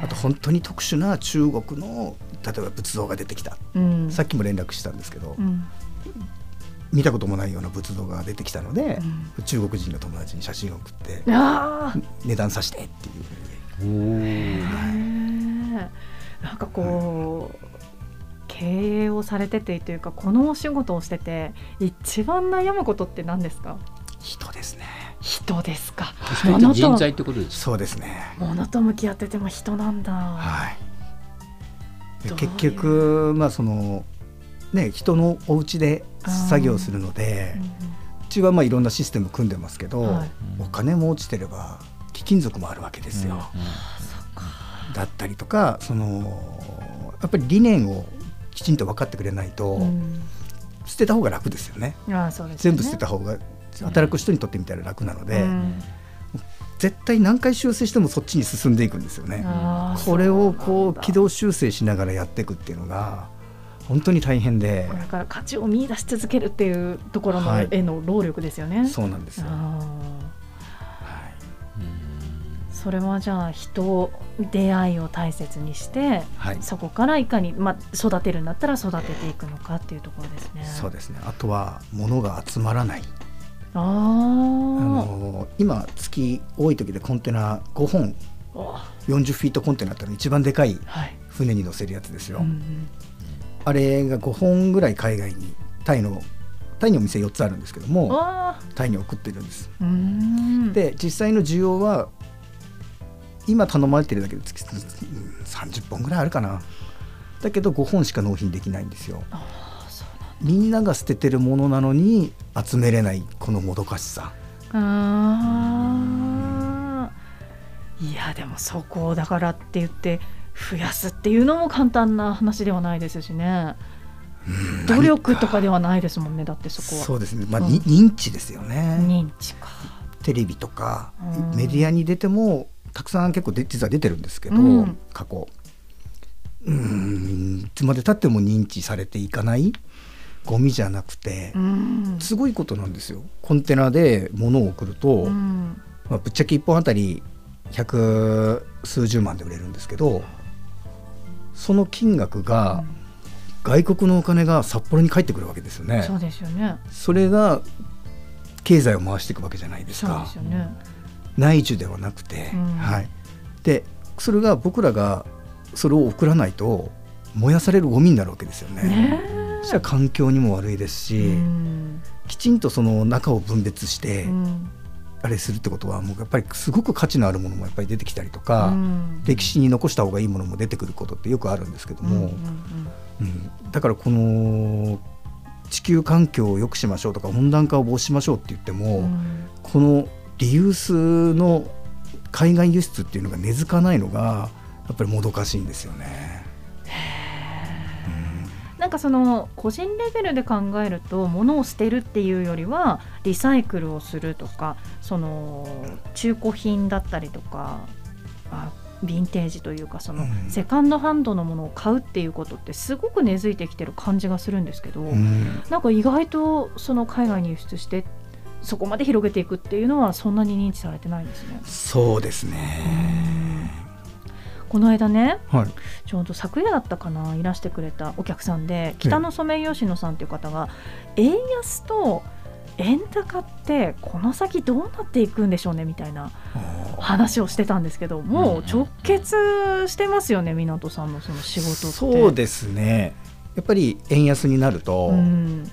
[SPEAKER 4] あと本当に特殊な中国の例えば仏像が出てきた、
[SPEAKER 2] うん
[SPEAKER 4] さっきも連絡したんですけど、
[SPEAKER 2] うん
[SPEAKER 4] 見たこともないような仏像が出てきたので
[SPEAKER 2] う、ん
[SPEAKER 4] 中国人の友達に写真を送って
[SPEAKER 2] あ
[SPEAKER 4] 値段させてっていう
[SPEAKER 3] おー
[SPEAKER 2] あ、へえなんかこう、経営をされててというかこのお仕事をしてて一番悩むことって何ですか
[SPEAKER 4] 人ですね
[SPEAKER 2] 人ですか
[SPEAKER 3] 人って人材ってことです
[SPEAKER 4] そうですね
[SPEAKER 2] 物と向き合ってても人なんだ、
[SPEAKER 4] はいで
[SPEAKER 2] どういう
[SPEAKER 4] 結局まあそのね人のお家で作業するので
[SPEAKER 2] うん
[SPEAKER 4] うちはまあいろんなシステム組んでますけど、
[SPEAKER 2] はい
[SPEAKER 4] お金も落ちてれば貴金属もあるわけですよ、
[SPEAKER 3] うんうん
[SPEAKER 4] だったりとかそのやっぱり理念をきちんと分かってくれないと、
[SPEAKER 2] うん
[SPEAKER 4] 捨てた方が楽ですよね
[SPEAKER 2] ああそうですよ
[SPEAKER 4] 全
[SPEAKER 2] ね
[SPEAKER 4] 部捨てた方が働く人にとってみたら楽なので、
[SPEAKER 2] うん
[SPEAKER 4] 絶対何回修正してもそっちに進んでいくんですよね。
[SPEAKER 2] ああ
[SPEAKER 4] これを
[SPEAKER 2] そうな
[SPEAKER 4] こ
[SPEAKER 2] ん
[SPEAKER 4] う
[SPEAKER 2] だ
[SPEAKER 4] 軌道修正しながらやっていくっていうのが本当に大変で
[SPEAKER 2] これから価値を見出し続けるっていうところの
[SPEAKER 4] はい
[SPEAKER 2] への労力ですよね。
[SPEAKER 4] そうなんですよ。
[SPEAKER 2] ああ
[SPEAKER 4] はい
[SPEAKER 2] それはじゃあ人出会いを大切にして
[SPEAKER 4] はい
[SPEAKER 2] そこからいかに、まあ、育てるんだったら育てていくのかっていうところですね。
[SPEAKER 4] そうですねあとは物が集まらない
[SPEAKER 2] あ
[SPEAKER 4] あ
[SPEAKER 2] ー
[SPEAKER 4] の今月多い時でコンテナ5本
[SPEAKER 2] お
[SPEAKER 4] 40フィートコンテナあったら一番でかい
[SPEAKER 2] はい
[SPEAKER 4] 船に乗せるやつですよ、
[SPEAKER 2] うん
[SPEAKER 4] あれが5本ぐらい海外にタイのタイにお店4つあるんですけど
[SPEAKER 2] うん
[SPEAKER 4] も
[SPEAKER 2] わ
[SPEAKER 4] タイに送ってるんです
[SPEAKER 2] ーうん
[SPEAKER 4] で実際の需要は今頼まれてるだけで月うん30本ぐらいあるかなだけど5本しか納品できないんですよ
[SPEAKER 2] あーそう
[SPEAKER 4] みんなが捨ててるものなのに集めれないこのもどかしさ
[SPEAKER 2] あーいやでもそこをだからって言って増やすっていうのも簡単な話ではないですしね努力とかではないですもんねだってそこ
[SPEAKER 4] そ
[SPEAKER 2] は
[SPEAKER 4] うですねまあ、
[SPEAKER 2] うん
[SPEAKER 4] に認知ですよね
[SPEAKER 2] 認知か
[SPEAKER 4] テレビとか
[SPEAKER 2] うん
[SPEAKER 4] メディアに出てもたくさん結構で実は出てるんですけど、
[SPEAKER 2] うん
[SPEAKER 4] 過去うーんいつまでたっても認知されていかないゴミじゃなくて、
[SPEAKER 2] うん
[SPEAKER 4] すごいことなんですよコンテナで物を送ると、
[SPEAKER 2] うん
[SPEAKER 4] まあ、ぶっちゃけ1本あたり百数十万で売れるんですけどその金額が外国のお金が札幌に返ってくるわけですよね。
[SPEAKER 2] そうですよね
[SPEAKER 4] それが経済を回していくわけじゃないです
[SPEAKER 2] そう
[SPEAKER 4] か
[SPEAKER 2] ですよね
[SPEAKER 4] 内需ではなくて、
[SPEAKER 2] うん
[SPEAKER 4] はい、でそれが僕らがそれを送らないと燃やされるゴミになるわけですよね。
[SPEAKER 2] ね
[SPEAKER 4] そしたら環境にも悪いですし、
[SPEAKER 2] うん
[SPEAKER 4] きちんとその中を分別し
[SPEAKER 2] う
[SPEAKER 4] て
[SPEAKER 2] ん
[SPEAKER 4] あれするってことはもうやっぱりすごく価値のあるものもやっぱり出てきたりとか、
[SPEAKER 2] うん
[SPEAKER 4] 歴史に残した方がいいものも出てくることってよくあるんですけど
[SPEAKER 2] うん
[SPEAKER 4] も、
[SPEAKER 2] うん
[SPEAKER 4] うんだからこの地球環境を良くしましょうとか温暖化を防止しましょうって言っても、
[SPEAKER 2] うん
[SPEAKER 4] このリユースの海外輸出っていうのが根付かないのがやっぱりもどかしいんですよね。
[SPEAKER 2] なんかその個人レベルで考えると物を捨てるっていうよりはリサイクルをするとかその中古品だったりとかあヴィンテージというかその
[SPEAKER 4] うん
[SPEAKER 2] セカンドハンドのものを買うっていうことってすごく根付いてきてる感じがするんですけど、
[SPEAKER 4] うん
[SPEAKER 2] なんか意外とその海外に輸出してそこまで広げていくっていうのはそんなに認知されてないんですね。
[SPEAKER 4] そうですね。
[SPEAKER 2] この間ね
[SPEAKER 4] はい。
[SPEAKER 2] ちょうど昨夜だったかないらしてくれたお客さんで北のソメイヨシノさんという方が円安と円高ってこの先どうなっていくんでしょうねみたいな話をしてたんですけどもう直結してますよね湊さんのその仕事って。
[SPEAKER 4] そうですね。やっぱり円安になると、
[SPEAKER 2] うん、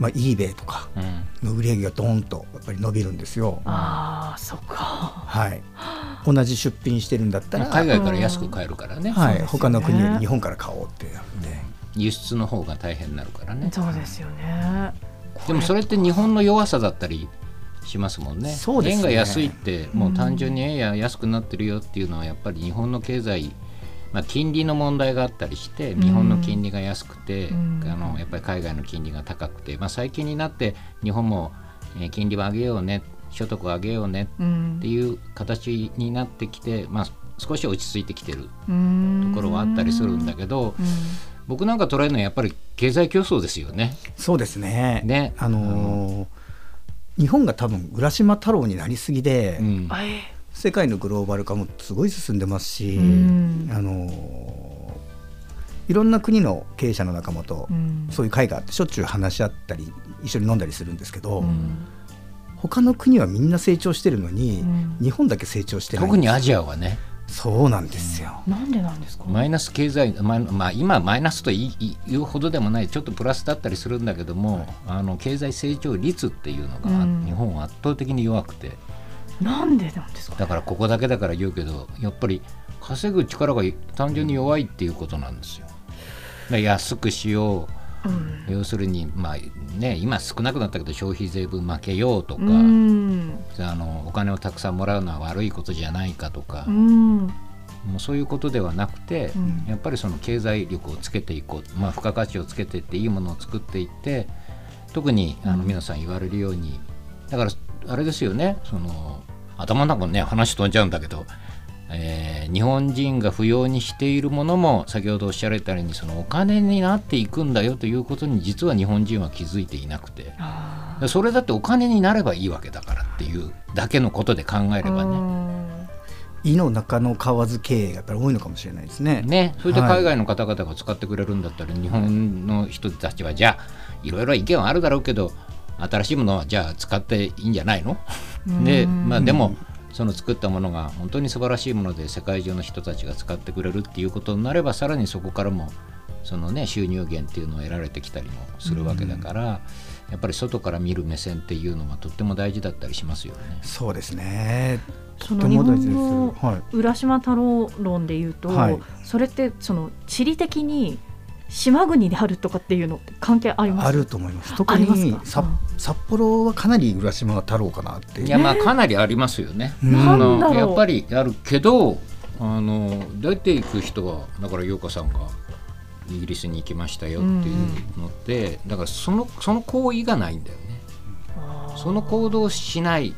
[SPEAKER 4] まあ eBay とか
[SPEAKER 3] うん
[SPEAKER 4] の売り上げがドーンとやっぱり伸びるんですよ。
[SPEAKER 2] ああそっか。
[SPEAKER 4] はい。同じ出品してるんだったら、
[SPEAKER 3] 海外から安く買えるからね、
[SPEAKER 4] は
[SPEAKER 2] そうですよ
[SPEAKER 4] い。
[SPEAKER 2] ね
[SPEAKER 4] 他の国より日本から買おうってなって。
[SPEAKER 3] 輸出の方が大変になるからね
[SPEAKER 2] そうですよね。
[SPEAKER 3] でもそれって日本の弱さだったりしますもんね
[SPEAKER 4] そうですね
[SPEAKER 3] 円が安いってもう単純に円が安くなってるよっていうのはやっぱり日本の経済、まあ、金利の問題があったりして
[SPEAKER 2] ん
[SPEAKER 3] 日本の金利が安くて、
[SPEAKER 2] うん
[SPEAKER 3] あのやっぱり海外の金利が高くて、まあ、最近になって日本もえー金利を上げようね所得を上げようね
[SPEAKER 2] うん
[SPEAKER 3] っていう形になってきて、まあ、少し落ち着いてきてる
[SPEAKER 2] うん
[SPEAKER 3] ところはあったりするんだけど
[SPEAKER 2] うん
[SPEAKER 3] 僕なんか捉えるのはやっぱり経済競争ですよね。
[SPEAKER 4] そうですね。
[SPEAKER 3] ね
[SPEAKER 4] あのー日本が多分浦島太郎になりすぎで。
[SPEAKER 3] うん
[SPEAKER 2] あえ
[SPEAKER 4] 世界のグローバル化もすごい進んでますし、
[SPEAKER 2] うん
[SPEAKER 4] あのいろんな国の経営者の仲間と
[SPEAKER 2] うん
[SPEAKER 4] そういう会があってしょっちゅう話し合ったり一緒に飲んだりするんですけど、
[SPEAKER 2] うん
[SPEAKER 4] 他の国はみんな成長してるのに、
[SPEAKER 2] うん
[SPEAKER 4] 日本だけ成長してない
[SPEAKER 3] 特にアジアはね
[SPEAKER 4] そうなんですよ。
[SPEAKER 2] なんでなんですか。
[SPEAKER 3] マイナス経済、まあまあ、今マイナスといい言うほどでもないちょっとプラスだったりするんだけども、あの経済成長率っていうのが、
[SPEAKER 2] うん
[SPEAKER 3] 日本は圧倒的に弱くて
[SPEAKER 2] なんでなんですか。
[SPEAKER 3] だからここだけだから言うけどやっぱり稼ぐ力が単純に弱いっていうことなんですよ。で安くしよ
[SPEAKER 2] うん
[SPEAKER 3] う要するに、まあね、今少なくなったけど消費税分負けようとか、
[SPEAKER 2] うん
[SPEAKER 3] あのお金をたくさんもらうのは悪いことじゃないかとか、
[SPEAKER 2] うん
[SPEAKER 3] もうそういうことではなくて、
[SPEAKER 2] うん
[SPEAKER 3] やっぱりその経済力をつけていこう、まあ、付加価値をつけていっていいものを作っていって特にあの皆さん言われるようにだからあれですよねその頭の中にね話飛んじゃうんだけど、えー日本人が不要にしているものも先ほどおっしゃられたようにそのお金になっていくんだよということに実は日本人は気づいていなくて
[SPEAKER 2] あ
[SPEAKER 3] それだってお金になればいいわけだからっていうだけのことで考えればね。
[SPEAKER 2] ね
[SPEAKER 4] 胃の中の蛙経営がやっぱり多いのかもしれないですね。
[SPEAKER 3] ね、それで
[SPEAKER 4] はい
[SPEAKER 3] 海外の方々が使ってくれるんだったら、日本の人たちはじゃあいろいろ意見はあるだろうけど新しいものはじゃあ使っていいんじゃないので,、まあ、でもその作ったものが本当に素晴らしいもので世界中の人たちが使ってくれるっていうことになればさらにそこからもその、ね、収入源っていうのを得られてきたりもするわけだから、やっぱり外から見る目線っていうのはとっても大事だったりしますよね。
[SPEAKER 4] そうですね。
[SPEAKER 2] そ
[SPEAKER 4] と
[SPEAKER 2] の
[SPEAKER 4] て
[SPEAKER 2] 日
[SPEAKER 4] も大
[SPEAKER 2] 本
[SPEAKER 4] 事です。
[SPEAKER 2] の
[SPEAKER 4] はい。
[SPEAKER 2] 浦島太郎論で言うと、
[SPEAKER 4] はい
[SPEAKER 2] それってその地理的に島国であるとかっていうのって関係あります
[SPEAKER 4] あると思います。特
[SPEAKER 2] あります
[SPEAKER 4] に
[SPEAKER 2] か
[SPEAKER 4] さ札幌はかなり浦島太郎かなっていう。
[SPEAKER 3] いやまあかなりありますよね。
[SPEAKER 4] うん
[SPEAKER 2] な
[SPEAKER 3] あ
[SPEAKER 2] んだろう
[SPEAKER 3] のやっぱりあるけどあの出ていく人はだから陽子さんがイギリスに行きましたよっていうのって、だからそのその行為がないんだよね
[SPEAKER 2] あー
[SPEAKER 3] その行動をしない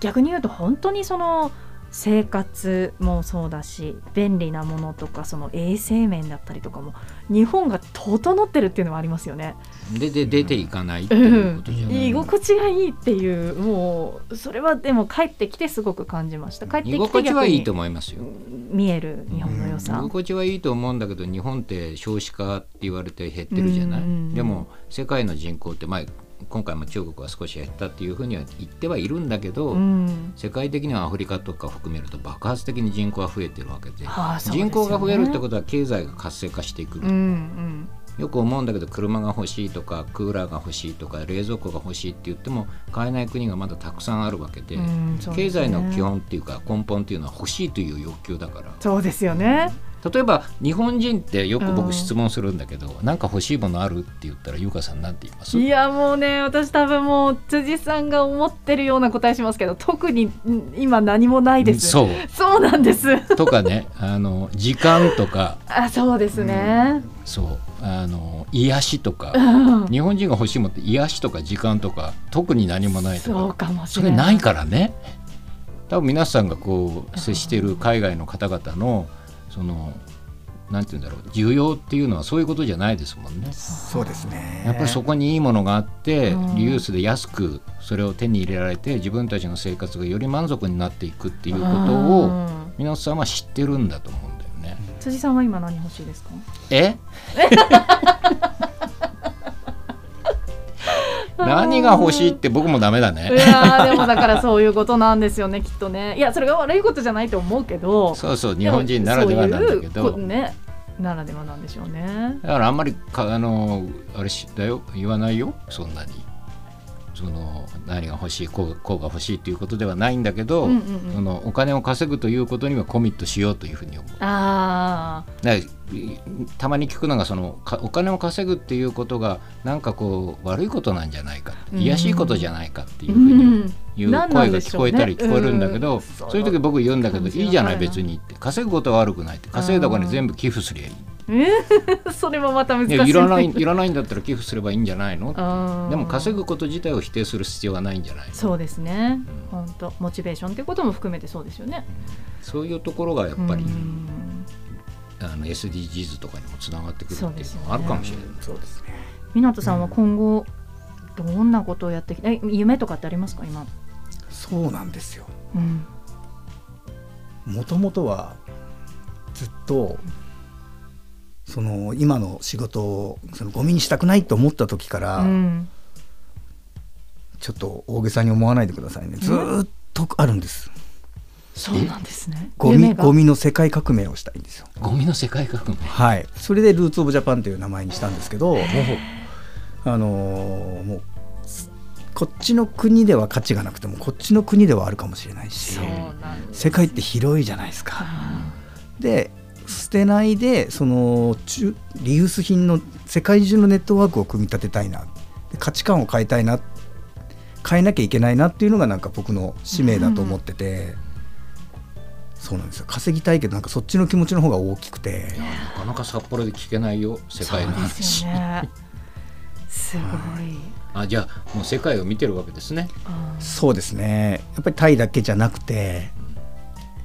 [SPEAKER 2] 逆に言うと本当にその生活もそうだし便利なものとかその衛生面だったりとかも日本が整ってるっていうのはありますよね、
[SPEAKER 3] でで出ていかないっていうことじゃない、
[SPEAKER 2] 居心地がいいっていうもうそれはでも帰ってきてすごく感じました帰ってきて
[SPEAKER 3] 居心地はいいと
[SPEAKER 2] 逆
[SPEAKER 3] 思いますよ
[SPEAKER 2] に見える日本の良
[SPEAKER 3] 居
[SPEAKER 2] さ、
[SPEAKER 3] 心地はいいと思うんだけど日本って少子化って言われて減ってるじゃない、
[SPEAKER 2] うんうんうん
[SPEAKER 3] でも世界の人口って、まあ、今回も中国は少し減ったっていうふうには言ってはいるんだけど、
[SPEAKER 2] うん
[SPEAKER 3] 世界的にはアフリカとか含めると爆発的に人口が増えてるわけで
[SPEAKER 2] はあそうです
[SPEAKER 3] 人
[SPEAKER 2] よね
[SPEAKER 3] 口が増えるってことは経済が活性化してく
[SPEAKER 2] う
[SPEAKER 3] る、
[SPEAKER 2] んうん
[SPEAKER 3] よく思うんだけど車が欲しいとかクーラーが欲しいとか冷蔵庫が欲しいって言っても買えない国がまだたくさんあるわけで,、
[SPEAKER 2] うんそうで
[SPEAKER 3] 経
[SPEAKER 2] すね
[SPEAKER 3] 済の基本っていうか根本っていうのは欲しいという要求だから
[SPEAKER 2] そうですよね、
[SPEAKER 3] 例えば日本人ってよく
[SPEAKER 2] うん
[SPEAKER 3] 僕質問するんだけど、なんか欲しいものあるって言ったら優香さんなんて言います
[SPEAKER 2] いやもうね私多分もう辻さんが思ってるような答えしますけど特にん今何もないです
[SPEAKER 3] そう
[SPEAKER 2] そうなんです。
[SPEAKER 3] とかねあの時間とか
[SPEAKER 2] あ、そうですね。
[SPEAKER 3] そうあの癒しと か。
[SPEAKER 2] うん
[SPEAKER 3] 日本人が欲しいものって癒しとか時間とか特に何もないと
[SPEAKER 2] そう
[SPEAKER 3] か
[SPEAKER 2] かもし
[SPEAKER 3] そ
[SPEAKER 2] れ
[SPEAKER 3] れ
[SPEAKER 2] な。
[SPEAKER 3] ないいからね多分皆さんがこう接している海外の方々のそのなんて言うんだろう需要っていうのはそういうことじゃないですもんね。
[SPEAKER 4] そうですね。
[SPEAKER 3] やっぱりそこにいいものがあって
[SPEAKER 2] うん
[SPEAKER 3] リユースで安くそれを手に入れられて自分たちの生活がより満足になっていくっていうことを
[SPEAKER 2] うん
[SPEAKER 3] 皆さんは知ってるんだと思うんだよね。
[SPEAKER 2] 辻さんは今何欲しいですか。
[SPEAKER 3] え何が欲しいって僕もダメだ
[SPEAKER 2] い
[SPEAKER 3] ね。
[SPEAKER 2] やーでもだからそういうことなんですよねきっとねいやそれが悪いことじゃないと思うけど
[SPEAKER 3] そうそう日本人ならではなんだけ
[SPEAKER 2] でもそういうこ
[SPEAKER 3] ど
[SPEAKER 2] ねならではなんでしょうね
[SPEAKER 3] だからあんまりかあのあれしだよ言わないよそんなにその何が欲しいこうこうが欲しいということではないんだけど、
[SPEAKER 2] うんうんうん
[SPEAKER 3] そのお金を稼ぐということにはコミットしようというふうに思う。
[SPEAKER 2] あ
[SPEAKER 3] だからいたまに聞くのがそのかお金を稼ぐっていうことがなんかこう悪いことなんじゃないか
[SPEAKER 2] うん
[SPEAKER 3] 癒やしいことじゃないかって
[SPEAKER 2] あ
[SPEAKER 3] いうふうに思う。
[SPEAKER 2] ん
[SPEAKER 3] いう声が聞こえたり聞こえるんだけど、
[SPEAKER 2] うん
[SPEAKER 3] そういう時僕言うんだけど「
[SPEAKER 2] 感じが
[SPEAKER 3] いいじゃない
[SPEAKER 2] わかるな
[SPEAKER 3] 別に」って「稼ぐことは悪くない」って「稼いだお金全部寄付すりゃいい」
[SPEAKER 2] それもまた難し
[SPEAKER 3] い
[SPEAKER 2] い
[SPEAKER 3] やいらない いらないんだったら寄付すればいいんじゃないのってで
[SPEAKER 2] で
[SPEAKER 3] も稼ぐこと自体を否定する必要はないんじゃないの
[SPEAKER 2] そうですね
[SPEAKER 3] うん
[SPEAKER 2] 本当モチベーションっていうことも含めてそうですよね
[SPEAKER 3] そういうところがやっぱり
[SPEAKER 2] うん
[SPEAKER 3] あの SDGs とかにもつながってくるって
[SPEAKER 2] そう
[SPEAKER 3] い
[SPEAKER 2] です
[SPEAKER 3] うのはあ
[SPEAKER 2] よね
[SPEAKER 3] るかもしれない。
[SPEAKER 4] そうですね。
[SPEAKER 2] 湊さんは今後どんなことをやってきて夢とかってありますか今、
[SPEAKER 4] そうなんですよ。
[SPEAKER 2] うん
[SPEAKER 4] もともとはずっとその今の仕事をそのゴミにしたくないと思った時から、
[SPEAKER 2] うん
[SPEAKER 4] ちょっと大げさに思わないでくださいねずーっとあるんです
[SPEAKER 2] そうなんですね
[SPEAKER 4] ゴミ
[SPEAKER 2] 夢が
[SPEAKER 4] ゴミの世界革命をしたいんですよ
[SPEAKER 3] ゴミの世界革命
[SPEAKER 4] はいそれで「ルーツ・オブ・ジャパン」という名前にしたんですけどあのーもうこっちの国では価値がなくてもこっちの国ではあるかもしれないし
[SPEAKER 2] そうなんです
[SPEAKER 4] 世界って広いじゃないですか。
[SPEAKER 2] あ
[SPEAKER 4] で捨てないでその中リユース品の世界中のネットワークを組み立てたいなで価値観を変えたいな変えなきゃいけないなっていうのがなんか僕の使命だと思ってて、そうなんですよ稼ぎたいけどなんかそっちの気持ちの方が大きくて
[SPEAKER 3] いやなかなか札幌で聞けないよ世界の
[SPEAKER 2] そうで
[SPEAKER 3] 話、
[SPEAKER 2] すよね。 すごい。
[SPEAKER 3] あじゃあもう世界を見てるわけですね
[SPEAKER 2] あー
[SPEAKER 4] そうですねやっぱりタイだけじゃなくて、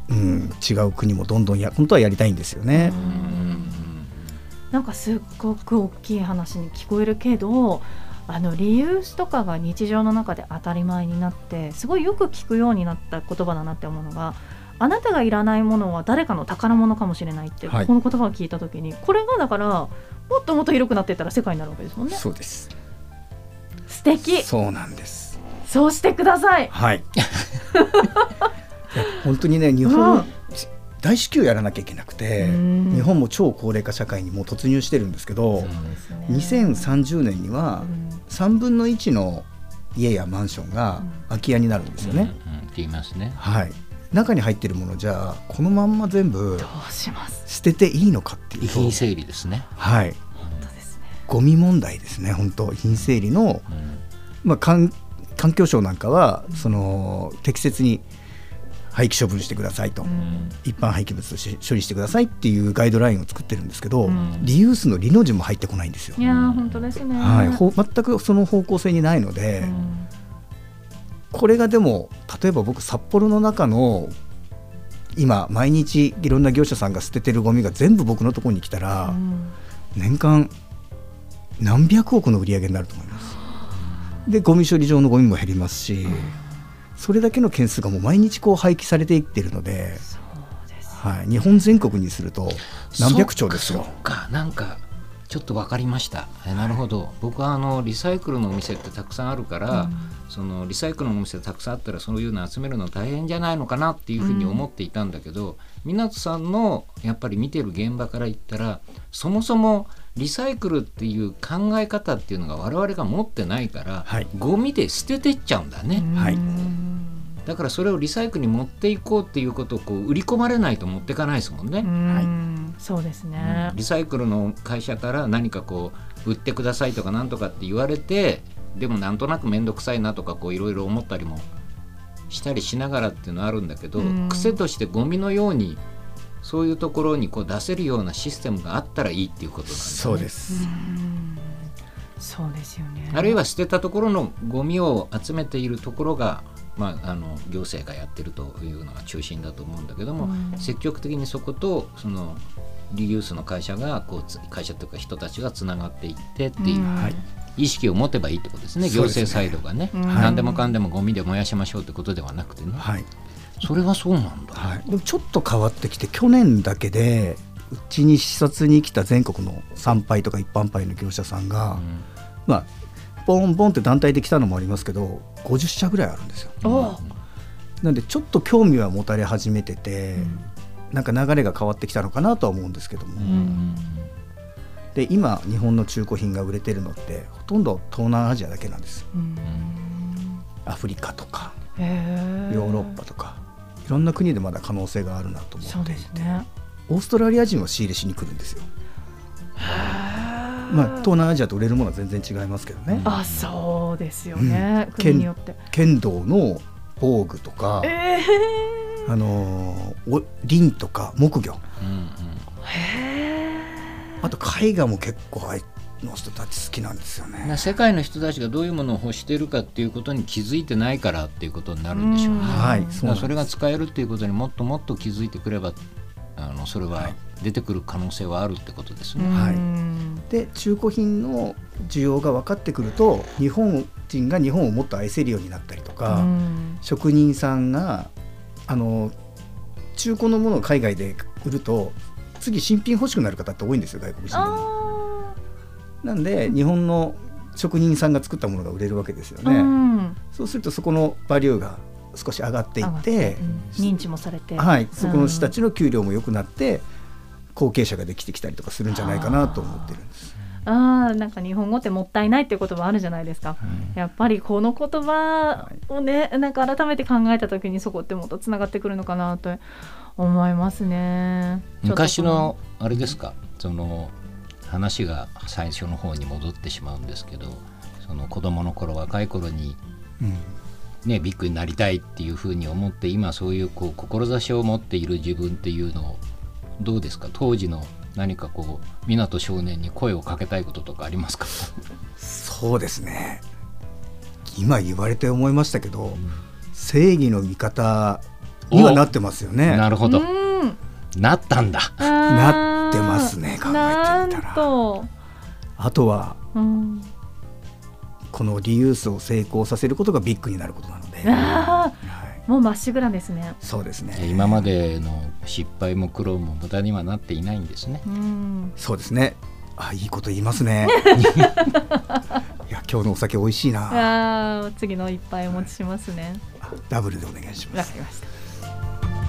[SPEAKER 4] うん、違う国もどんどんや本当はやりたいんですよね。
[SPEAKER 3] うん
[SPEAKER 2] なんかすっごく大きい話に聞こえるけどあのリユースとかが日常の中で当たり前になってすごいよく聞くようになった言葉だなって思うのがあなたがいらないものは誰かの宝物かもしれないって、
[SPEAKER 4] はい
[SPEAKER 2] この言葉を聞いた時にこれがだからもっともっと広くなっていったら世界になるわけですもんね
[SPEAKER 4] そうです。
[SPEAKER 2] 素敵
[SPEAKER 4] そうなんです。
[SPEAKER 2] そうしてください
[SPEAKER 4] はい。いや本当にね日本、
[SPEAKER 2] うん
[SPEAKER 4] 大至急やらなきゃいけなくて、
[SPEAKER 2] うん
[SPEAKER 4] 日本も超高齢化社会にもう突入してるんですけど、2030年に
[SPEAKER 2] う
[SPEAKER 4] は
[SPEAKER 2] ん
[SPEAKER 4] 3分の1の家やマンションが空き家になるんですよね。
[SPEAKER 3] うんうんって言いますね
[SPEAKER 4] はい。中に入ってるものじゃあこのまんま全部
[SPEAKER 2] どうします
[SPEAKER 4] 捨てていいのかってい
[SPEAKER 3] 遺
[SPEAKER 4] うと
[SPEAKER 3] 品整理ですね、
[SPEAKER 4] はい
[SPEAKER 2] 本当ですね
[SPEAKER 4] ゴミ問題ですね本当品整理
[SPEAKER 3] う
[SPEAKER 4] の、
[SPEAKER 3] ん
[SPEAKER 4] まあ、環環境省なんかはその適切に廃棄処分してくださいと、
[SPEAKER 2] うん
[SPEAKER 4] 一般廃棄物として処理してくださいっていうガイドラインを作ってるんですけど、
[SPEAKER 2] ん
[SPEAKER 4] リユースのリの字も入ってこないんですよ
[SPEAKER 2] い。やー本当ですね
[SPEAKER 4] はい、ほ全くその方向性にないので、
[SPEAKER 2] うん
[SPEAKER 4] これがでも例えば僕札幌の中の今毎日いろんな業者さんが捨ててるゴミが全部僕のところに来たら、
[SPEAKER 2] うん
[SPEAKER 4] 年間何百億の売り上げになると思います。でゴミ処理場のゴミも減りますし、それだけの件数がもう毎日こう廃棄されていってるので、
[SPEAKER 2] そうです
[SPEAKER 4] はい、日本全国にすると何百兆ですよ
[SPEAKER 3] そっ。かそっかなんかちょっと分かりましたえなるほど僕はあのリサイクルのお店ってたくさんあるから、そのリサイクルのお店たくさんあったらそういうの集めるの大変じゃないのかなっていうふうに思っていたんだけど、湊さんのやっぱり見てる現場から言ったらそもそもリサイクルっていう考え方っていうのが我々が持ってないから、
[SPEAKER 4] はい
[SPEAKER 3] ゴミで捨ててっちゃうんだね。
[SPEAKER 4] はい
[SPEAKER 2] うん
[SPEAKER 3] だからそれをリサイクルに持っていこうっていうことをこう売り込まれないと持っていかないですもんね、
[SPEAKER 2] うんそうですね
[SPEAKER 3] うん。リサイクルの会社から何かこう売ってくださいとかなんとかって言われてでもなんとなく面倒くさいなとかこういろいろ思ったりもしたりしながらっていうのはあるんだけど、
[SPEAKER 2] うん
[SPEAKER 3] 癖としてゴミのようにそういうところにこう出せるようなシステムがあったらいいっていうことなんです、ね、
[SPEAKER 4] そうです。
[SPEAKER 2] うんそうですよね。
[SPEAKER 3] あるいは捨てたところのゴミを集めているところが、まあ、あの行政がやってるというのが中心だと思うんだけども、
[SPEAKER 2] うん
[SPEAKER 3] 積極的にそことそのリユースの会社がこうつ会社というか人たちがつながっていってっていう、
[SPEAKER 2] うん
[SPEAKER 4] はい
[SPEAKER 3] 意識を持てばいいってことですね
[SPEAKER 4] そう
[SPEAKER 3] 行
[SPEAKER 4] ですね
[SPEAKER 3] 政サイドがね、
[SPEAKER 2] うん
[SPEAKER 3] 何でもかんでもゴミで燃やしましょうってことではなくてね、
[SPEAKER 4] はい。
[SPEAKER 3] それはそうなんだ、
[SPEAKER 4] はい、でもちょっと変わってきて去年だけでうちに視察に来た全国の参拝とか一般拝の業者さんが、
[SPEAKER 3] うん
[SPEAKER 4] まあボンボンって団体で来たのもありますけど50社ぐらいあるんですよ
[SPEAKER 2] おう
[SPEAKER 4] なんでちょっと興味は持たれ始めてて、なんか流れが変わってきたのかなとは思うんですけども、
[SPEAKER 3] うんうん
[SPEAKER 4] で今日本の中古品が売れてるのってほとんど東南アジアだけなんです
[SPEAKER 2] うん
[SPEAKER 4] アフリカとか
[SPEAKER 2] へえ
[SPEAKER 4] ヨーロッパとか、いろんな国でまだ可能性があるなと
[SPEAKER 2] そ
[SPEAKER 4] 思
[SPEAKER 2] う
[SPEAKER 4] って
[SPEAKER 2] で
[SPEAKER 4] いて
[SPEAKER 2] すね。
[SPEAKER 4] オーストラリア人は仕入れしに来るんですよまあ、
[SPEAKER 2] ま
[SPEAKER 4] 東南アジアと売れるものは全然違いますけどね、
[SPEAKER 2] あそうですよね。
[SPEAKER 4] うん
[SPEAKER 2] 国によって。
[SPEAKER 4] 剣道の防具とか、
[SPEAKER 2] ええ
[SPEAKER 4] あのーお林とか木魚
[SPEAKER 3] うんうん
[SPEAKER 4] あと絵画も結構あいの人たち好きなんですよ
[SPEAKER 3] うんな
[SPEAKER 4] ね。
[SPEAKER 3] 世界の人たちがどういうものを欲しているかっていうことに気づいてないからっていうことになるんでしょうね。
[SPEAKER 2] うん
[SPEAKER 4] はい、
[SPEAKER 3] そ
[SPEAKER 4] そう
[SPEAKER 3] だから
[SPEAKER 4] なんです
[SPEAKER 3] それが使えるっていうことにもっともっと気づいてくればあのそれは出てくる可能性はあるってことですね。
[SPEAKER 4] はい
[SPEAKER 2] うん
[SPEAKER 4] で中古品の需要が分かってくると日本人が日本をもっと愛せるようになったりとか、
[SPEAKER 2] うん
[SPEAKER 4] 職人さんがあの中古のものを海外で売ると次新品欲しくなる方って多いんですよ外国人でも。
[SPEAKER 2] あ
[SPEAKER 4] なんで日本の職人さんが作ったものが売れるわけですよ
[SPEAKER 2] ーう
[SPEAKER 4] ね。
[SPEAKER 2] ん
[SPEAKER 4] そうするとそこのバリューが少し上がっていって、
[SPEAKER 2] うん認知もされて。
[SPEAKER 4] はい、そこの人たちの給料も良くなって後継者ができてきたりとかするんじゃないかなと思ってるんです。
[SPEAKER 2] あーなんか日本語ってもったいないっていう言葉あるじゃないですか、やっぱりこの言葉をねなんか改めて考えた時にそこってもっとつながってくるのかなと思いますね
[SPEAKER 3] 昔のあれですかその話が最初の方に戻ってしまうんですけどその子供の頃若い頃に
[SPEAKER 4] うん
[SPEAKER 3] ね、ビッグになりたいっていうふうに思って今そういうこう志を持っている自分っていうのをどうですか当時の何かこう港少年に声をかけたいこととかありますか、
[SPEAKER 4] そうですね今言われて思いましたけど、正義の味方にはなってますよね
[SPEAKER 3] なるほど、
[SPEAKER 2] うん
[SPEAKER 3] なったんだ
[SPEAKER 4] なってますね考えてみた
[SPEAKER 2] な
[SPEAKER 4] ら
[SPEAKER 2] んと、
[SPEAKER 4] あとは
[SPEAKER 2] うん、
[SPEAKER 4] このリユースを成功させることがビッグになることなので、は
[SPEAKER 2] あ
[SPEAKER 4] い、
[SPEAKER 2] ーもうまっしぐらですね。
[SPEAKER 4] そうですね
[SPEAKER 3] 今までの失敗も苦労も無駄にはなっていないんですね
[SPEAKER 2] うん、
[SPEAKER 4] そうですねあいいこと言いま すねいや今日のお酒美味しいな
[SPEAKER 2] あー次の一杯お持ちしますね。
[SPEAKER 4] ダブルでお願いしま
[SPEAKER 2] わ
[SPEAKER 4] す
[SPEAKER 2] かりました。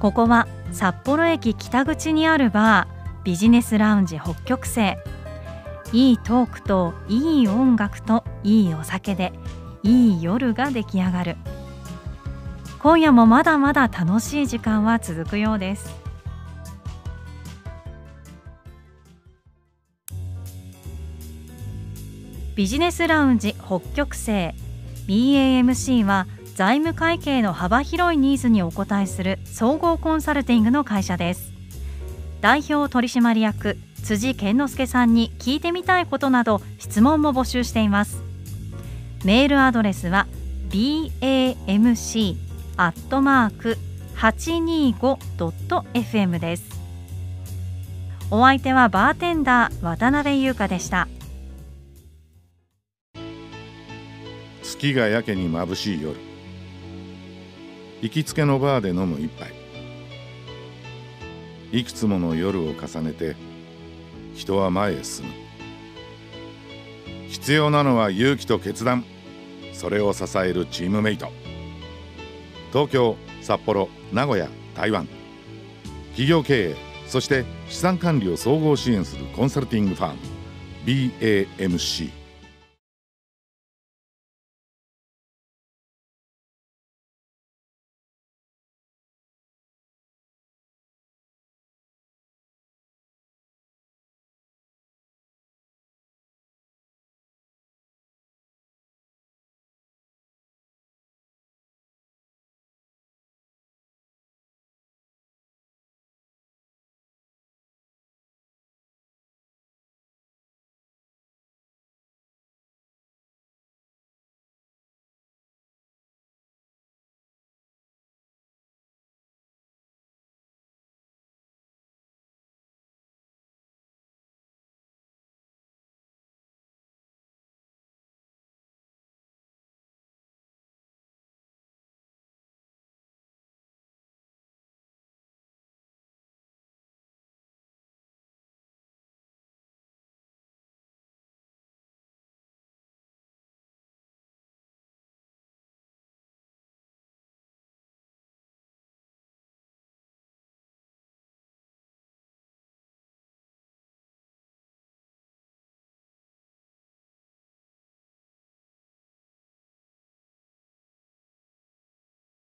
[SPEAKER 5] ここは札幌駅北口にあるバービジネスラウンジ北極星いいトークといい音楽といいお酒でいい夜が出来上がる今夜もまだまだ楽しい時間は続くようですビジネスラウンジ北極星 BAMC は財務会計の幅広いニーズにお応えする総合コンサルティングの会社です代表取締役辻健之介さんに聞いてみたいことなど質問も募集していますメールアドレスは bamc アットマーク 825.fm ですお相手はバーテンダー渡辺優香でした
[SPEAKER 6] 月がやけに眩しい夜行きつけのバーで飲む一杯いくつもの夜を重ねて人は前へ進む必要なのは勇気と決断それを支えるチームメイト東京札幌名古屋台湾企業経営そして資産管理を総合支援するコンサルティングファーム BAMC